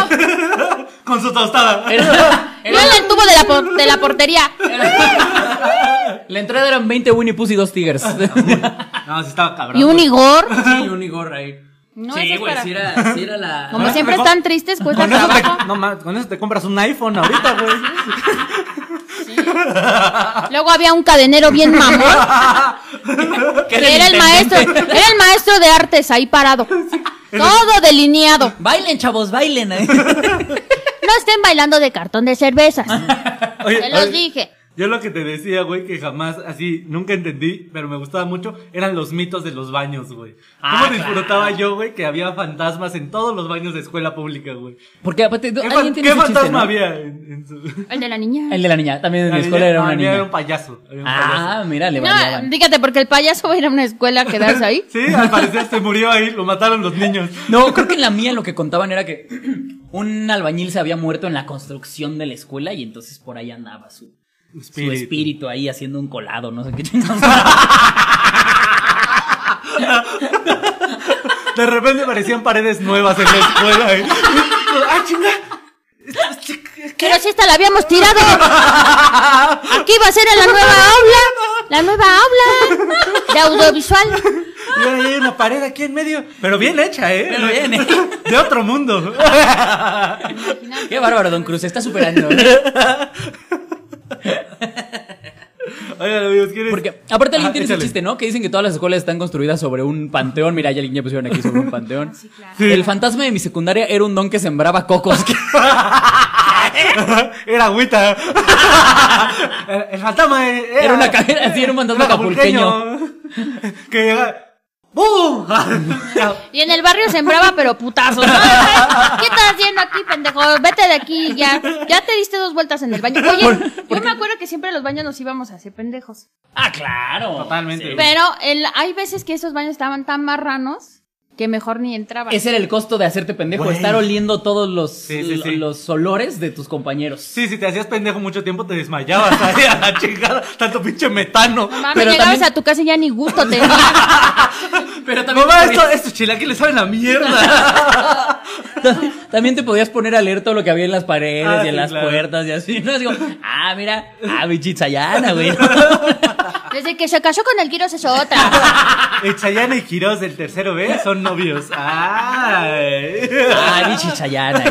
[SPEAKER 3] bailo.
[SPEAKER 2] Con su tostada.
[SPEAKER 1] Era-
[SPEAKER 3] [laughs] Yo en el tubo de la, por- de la portería.
[SPEAKER 1] la entrada eran 20 Winnie Puss y dos [laughs] Tigers.
[SPEAKER 2] No, sí estaba cabrón.
[SPEAKER 3] Y un Igor.
[SPEAKER 1] Sí, un Igor ahí.
[SPEAKER 3] No, eso
[SPEAKER 1] sí,
[SPEAKER 3] es
[SPEAKER 1] güey,
[SPEAKER 3] para-
[SPEAKER 1] sí
[SPEAKER 3] [laughs]
[SPEAKER 1] era, sí era la.
[SPEAKER 3] Como
[SPEAKER 1] [laughs]
[SPEAKER 2] Ahora
[SPEAKER 3] siempre
[SPEAKER 2] mejor-
[SPEAKER 3] están tristes, pues, cuesta
[SPEAKER 2] Con eso,
[SPEAKER 3] trabajo.
[SPEAKER 2] te, no, ma- con eso te compras un iPhone ahorita, güey.
[SPEAKER 3] Luego había un cadenero bien mamón, que era el maestro,
[SPEAKER 1] [laughs]
[SPEAKER 3] Eh, era el maestro de artes ahí parado. Todo delineado.
[SPEAKER 1] Bailen, chavos, bailen. eh.
[SPEAKER 3] No estén bailando de cartón de cervezas.
[SPEAKER 2] Oye,
[SPEAKER 3] Te los
[SPEAKER 2] oye,
[SPEAKER 3] dije.
[SPEAKER 2] Yo lo que te decía, güey, que jamás, así, nunca entendí, pero me gustaba mucho, eran los mitos de los baños, güey. ¿Cómo disfrutaba yo, güey, que había fantasmas en todos los baños de escuela pública, güey?
[SPEAKER 1] [laughs] Porque aparte,
[SPEAKER 2] ¿Qué,
[SPEAKER 1] alguien
[SPEAKER 2] fan-
[SPEAKER 1] tiene
[SPEAKER 2] qué
[SPEAKER 1] ese
[SPEAKER 2] fantasma
[SPEAKER 1] chiste, ¿no?
[SPEAKER 2] había en, en su...
[SPEAKER 3] El de la niña.
[SPEAKER 1] El de la niña, también en
[SPEAKER 2] La
[SPEAKER 1] mi escuela
[SPEAKER 2] niña-
[SPEAKER 1] era
[SPEAKER 2] no,
[SPEAKER 1] una
[SPEAKER 2] la niña Era
[SPEAKER 1] niña.
[SPEAKER 2] un payaso. era un payaso.
[SPEAKER 1] Ah, mira, le
[SPEAKER 3] No,
[SPEAKER 1] variaban.
[SPEAKER 3] fíjate, porque el payaso va a ir a una escuela a quedarse ahí.
[SPEAKER 2] [laughs] Sí, al parecer se murió ahí, lo mataron los niños.
[SPEAKER 1] No, creo que en la mía lo que contaban era que un albañil se había muerto en la construcción de la escuela y entonces por ahí andaba su, su espíritu ahí haciendo un colado, no sé qué chingados.
[SPEAKER 2] De repente aparecían paredes nuevas en la escuela. güey. ¡Ah, chinga!
[SPEAKER 3] Pero si esta la habíamos tirado. Aquí va a ser en la nueva aula. La nueva aula de audiovisual.
[SPEAKER 2] Y ahora hay una pared aquí en medio. Pero bien hecha, ¿eh?
[SPEAKER 1] Pero bien, ¿eh?
[SPEAKER 2] [laughs] De otro mundo.
[SPEAKER 1] Qué bárbaro, Don Cruz, se está superando.
[SPEAKER 2] [laughs] Oigan, amigos, ¿quieres?
[SPEAKER 1] Porque aparte alguien
[SPEAKER 2] Ah,
[SPEAKER 1] tiene ese
[SPEAKER 2] échale.
[SPEAKER 1] chiste, ¿no? Que dicen que todas las escuelas están construidas sobre un panteón. Mira, ya alguien ya pusieron aquí sobre un panteón.
[SPEAKER 2] Sí.
[SPEAKER 1] El fantasma de mi secundaria era un don que sembraba cocos.
[SPEAKER 2] [laughs] [laughs] Era agüita. [laughs] El, el fantasma e- era,
[SPEAKER 1] Era una ca- era- sí, era un fantasma
[SPEAKER 2] acapulqueño. [laughs] Que llega. ¡Bum! [laughs]
[SPEAKER 3] Y en el barrio sembraba, pero putazos. ¿no? ¿Qué estás haciendo aquí, pendejo? Vete de aquí ya. Ya te diste dos vueltas en el baño. Oye, yo me acuerdo que siempre a los baños nos íbamos a hacer pendejos.
[SPEAKER 1] ah, claro.
[SPEAKER 2] Totalmente. güey.
[SPEAKER 3] Pero el, hay veces que esos baños estaban tan marranos que mejor ni entraban.
[SPEAKER 1] Ese era el costo de hacerte pendejo,
[SPEAKER 2] Güey.
[SPEAKER 1] estar oliendo todos los,
[SPEAKER 2] Sí, sí, sí.
[SPEAKER 1] los olores de tus compañeros.
[SPEAKER 2] Sí, si te hacías pendejo mucho tiempo te desmayabas [laughs] ahí a la chingada, tanto pinche metano.
[SPEAKER 3] Mamá,
[SPEAKER 1] pero
[SPEAKER 3] llegabas
[SPEAKER 1] también-
[SPEAKER 3] a tu casa y ya ni gusto tenía.
[SPEAKER 1] Pero
[SPEAKER 2] Mamá, esto, estos chilaquiles saben a mierda.
[SPEAKER 1] Ta- También te podías poner a leer todo lo que había en las paredes
[SPEAKER 2] Ah,
[SPEAKER 1] y en
[SPEAKER 2] sí,
[SPEAKER 1] las
[SPEAKER 2] claro.
[SPEAKER 1] puertas y así, ¿no?
[SPEAKER 2] [laughs]
[SPEAKER 1] Digo, ah, mira, ah, bichitsayana, güey.
[SPEAKER 3] Desde que se casó con el Kiro se hizo otra.
[SPEAKER 2] El Chayana y Quirós del tercero B son novios. Ay.
[SPEAKER 1] Ah, bichitsayana.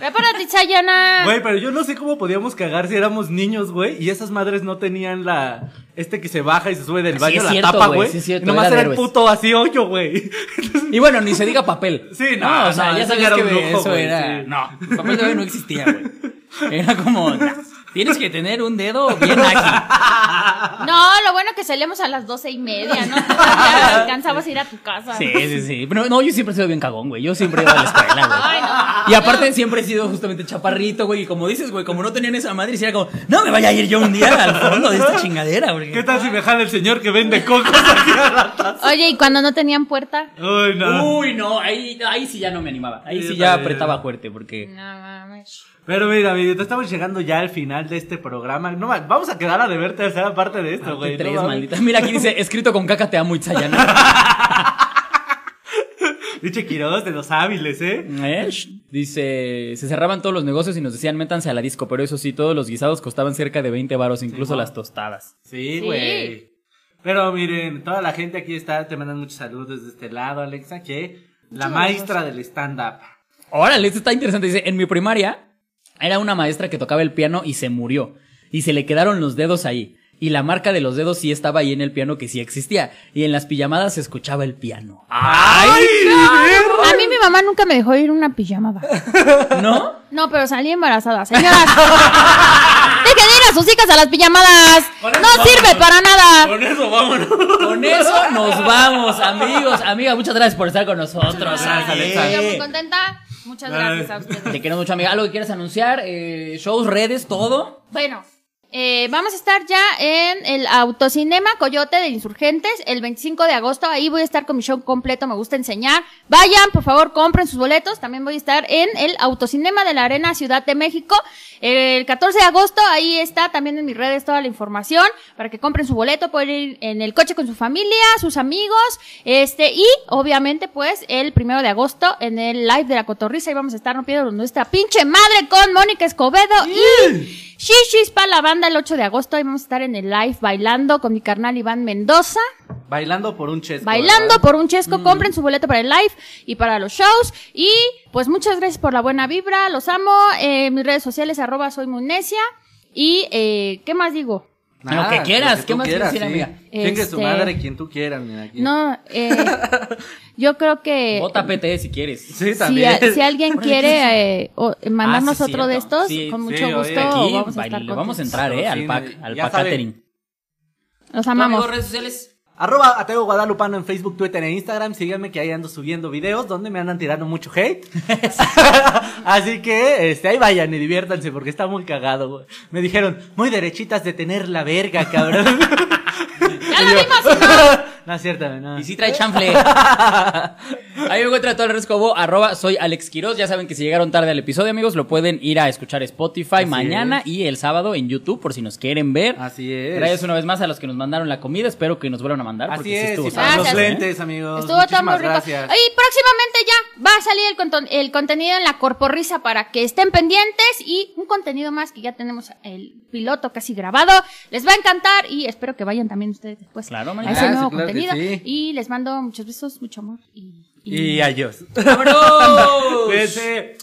[SPEAKER 3] Repárate, Sayana.
[SPEAKER 2] Güey, pero yo no sé cómo podíamos cagar si éramos niños, güey, y esas madres no tenían la este que se baja y se sube del
[SPEAKER 1] Sí,
[SPEAKER 2] baño,
[SPEAKER 1] es
[SPEAKER 2] la
[SPEAKER 1] cierto,
[SPEAKER 2] tapa,
[SPEAKER 1] güey,
[SPEAKER 2] güey.
[SPEAKER 1] sí, es cierto,
[SPEAKER 2] nomás
[SPEAKER 1] era de
[SPEAKER 2] era el
[SPEAKER 1] héroes.
[SPEAKER 2] puto así hoyo, güey. Entonces,
[SPEAKER 1] Y bueno, ni se diga papel.
[SPEAKER 2] Sí, no,
[SPEAKER 1] o sea,
[SPEAKER 2] no,
[SPEAKER 1] ya sabías
[SPEAKER 2] eso ya era
[SPEAKER 1] que
[SPEAKER 2] un lujo,
[SPEAKER 1] eso
[SPEAKER 2] güey,
[SPEAKER 1] era.
[SPEAKER 2] sí.
[SPEAKER 1] No, papel de baño no existía, güey. Era como, tienes que tener un dedo bien ágil.
[SPEAKER 3] No, lo bueno que salíamos a las doce y
[SPEAKER 2] [laughs]
[SPEAKER 3] media, ¿no? Ya alcanzabas a ir a tu casa.
[SPEAKER 1] Sí, sí, sí. Pero no, yo siempre he sido bien cagón, güey. Yo siempre he ido a la escuela, güey.
[SPEAKER 3] Ay, no.
[SPEAKER 1] Y aparte siempre he sido justamente chaparrito, güey. Y como dices, güey, como no tenían esa madre, sí era como, no me vaya a ir yo un día al fondo de esta chingadera, porque...
[SPEAKER 2] ¿Qué tal si me jala el señor que vende cocos aquí a la taza?
[SPEAKER 3] Oye, ¿y cuando no tenían puerta?
[SPEAKER 2] Ay,
[SPEAKER 1] [laughs]
[SPEAKER 2] no.
[SPEAKER 1] Uy, no, ahí, ahí sí ya no me animaba. Ahí
[SPEAKER 2] Sí,
[SPEAKER 1] sí
[SPEAKER 2] yo
[SPEAKER 1] ya
[SPEAKER 2] también.
[SPEAKER 3] Mm.
[SPEAKER 1] apretaba fuerte, porque.
[SPEAKER 3] No mames.
[SPEAKER 2] Pero mira, amiguito, estamos llegando ya al final final de este programa. No, ma- vamos a quedar a deber tercera parte de esto,
[SPEAKER 1] Aquí
[SPEAKER 2] güey. no
[SPEAKER 1] tres,
[SPEAKER 2] mames.
[SPEAKER 1] maldita. Mira, aquí dice, escrito con caca te amo, Itzayana.
[SPEAKER 2] Dicho Quiroz de los hábiles, ¿eh?
[SPEAKER 1] [laughs] ¿Eh? Dice, se cerraban todos los negocios y nos decían, métanse a la disco, pero eso sí, todos los guisados costaban cerca de 20 varos, incluso
[SPEAKER 2] wow.
[SPEAKER 1] las tostadas.
[SPEAKER 2] Sí,
[SPEAKER 3] Sí.
[SPEAKER 2] güey. Pero miren, toda la gente aquí está, te mandan muchos saludos desde este lado, Alexa, que la
[SPEAKER 3] Muchas
[SPEAKER 2] maestra del stand-up.
[SPEAKER 1] Órale, esto está interesante. Dice, en mi primaria era una maestra que tocaba el piano y se murió. Y se le quedaron los dedos ahí. Y la marca de los dedos sí estaba ahí en el piano que sí existía. Y en las pijamadas se escuchaba el piano.
[SPEAKER 2] ¡Ay!
[SPEAKER 3] A mí mi mamá nunca me dejó ir una pijamada.
[SPEAKER 1] ¿No?
[SPEAKER 3] No, pero salí
[SPEAKER 2] [laughs]
[SPEAKER 3] embarazada, señoras. Dejen de ir a sus hijas a las pijamadas. No sirve para nada.
[SPEAKER 2] Con eso, vámonos.
[SPEAKER 1] Con eso nos vamos, amigos, amigas. Muchas gracias por estar con nosotros.
[SPEAKER 2] Gracias, Alexa.
[SPEAKER 3] Estoy muy contenta. Muchas gracias a ustedes.
[SPEAKER 1] Te queremos mucho, amiga. ¿Algo que quieras anunciar? Eh, shows, redes, todo.
[SPEAKER 3] Bueno, eh, vamos a estar ya en el Autocinema Coyote de Insurgentes el 25 de agosto. Ahí voy a estar con mi show completo, me gusta enseñar. Vayan, por favor, compren sus boletos. También voy a estar en el Autocinema de la Arena Ciudad de México el 14 de agosto. Ahí está también en mis redes toda la información para que compren su boleto, pueden ir en el coche con su familia, sus amigos, este, y obviamente pues el primero de agosto en el live de la cotorriza y vamos a estar rompiendo nuestra pinche madre con Mónica Escobedo y Shishis para la banda el 8 de agosto. Ahí vamos a estar en el live bailando con mi carnal Iván Mendoza.
[SPEAKER 2] Bailando por un chesco.
[SPEAKER 3] Bailando
[SPEAKER 2] ¿verdad?
[SPEAKER 3] por un chesco,
[SPEAKER 1] Mm.
[SPEAKER 3] compren su boleto para el live y para los shows. Y pues muchas gracias por la buena vibra, los amo. Eh, mis redes sociales, arroba soy muy necia. Y eh, ¿qué más digo?
[SPEAKER 1] Lo que quieras, ¿qué
[SPEAKER 2] tú
[SPEAKER 1] más quieres decir,
[SPEAKER 2] sí.
[SPEAKER 1] amiga?
[SPEAKER 2] Chingue su
[SPEAKER 3] Este-
[SPEAKER 2] madre, quien tú quieras, mira. aquí.
[SPEAKER 3] No,
[SPEAKER 1] [laughs]
[SPEAKER 3] eh, yo creo que
[SPEAKER 1] Vota PT si quieres.
[SPEAKER 2] Sí,
[SPEAKER 3] si,
[SPEAKER 2] también.
[SPEAKER 3] si alguien quiere eh, o- eh, mandarnos
[SPEAKER 1] Ah, sí,
[SPEAKER 3] otro de
[SPEAKER 1] cierto.
[SPEAKER 3] estos,
[SPEAKER 1] Sí,
[SPEAKER 3] con
[SPEAKER 2] sí,
[SPEAKER 3] mucho gusto
[SPEAKER 2] oye, aquí
[SPEAKER 3] vamos a
[SPEAKER 1] baile-
[SPEAKER 3] estar
[SPEAKER 1] le vamos a
[SPEAKER 3] contentos.
[SPEAKER 1] entrar, ¿eh? Al
[SPEAKER 2] Sí,
[SPEAKER 1] pack, al
[SPEAKER 2] ya
[SPEAKER 1] pack
[SPEAKER 2] saben.
[SPEAKER 1] catering.
[SPEAKER 3] Los amamos.
[SPEAKER 1] redes sociales?
[SPEAKER 2] [laughs] Arroba Ateo Guadalupano en Facebook, Twitter e Instagram. Síganme que ahí ando subiendo videos donde me andan tirando mucho
[SPEAKER 3] [laughs]
[SPEAKER 2] hate. [laughs] Así que este, ahí vayan y diviértanse porque está muy cagado. güey. Me dijeron, muy derechitas de tener la verga, cabrón.
[SPEAKER 3] [laughs] Ya lo vimos, si no,
[SPEAKER 2] [laughs] no es cierto, no.
[SPEAKER 1] Y si trae
[SPEAKER 2] [laughs]
[SPEAKER 1] chanfle. Ahí me encuentra todo el redes como arroba soy Alex Quiroz. Ya saben que si llegaron tarde al episodio, amigos, lo pueden ir a escuchar a Spotify mañana y el sábado en YouTube por si nos quieren ver.
[SPEAKER 2] Así es.
[SPEAKER 1] Gracias una vez más a los que nos mandaron la comida. Espero que nos vuelvan a mandar.
[SPEAKER 2] Así
[SPEAKER 1] porque sí
[SPEAKER 2] es,
[SPEAKER 1] estuvo
[SPEAKER 2] y
[SPEAKER 1] sabroso,
[SPEAKER 2] para los
[SPEAKER 3] Gracias.
[SPEAKER 1] ¿eh?
[SPEAKER 2] lentes, amigos.
[SPEAKER 3] estuvo todo muy
[SPEAKER 2] Muchísimas
[SPEAKER 3] rico.
[SPEAKER 2] gracias.
[SPEAKER 3] Y próximamente ya va a salir el, conton- el contenido en la corporrisa para que estén pendientes y un contenido más que ya tenemos el piloto casi grabado. Les va a encantar y espero que vayan también ustedes después
[SPEAKER 1] Claro,
[SPEAKER 3] a
[SPEAKER 1] manita.
[SPEAKER 3] ese
[SPEAKER 2] Claro
[SPEAKER 3] nuevo
[SPEAKER 2] que
[SPEAKER 3] contenido.
[SPEAKER 2] Ah, sí.
[SPEAKER 3] Y les mando muchos besos, mucho amor y-
[SPEAKER 2] [laughs] Y adiós.
[SPEAKER 1] ¡Vámonos!
[SPEAKER 2] Cuídense.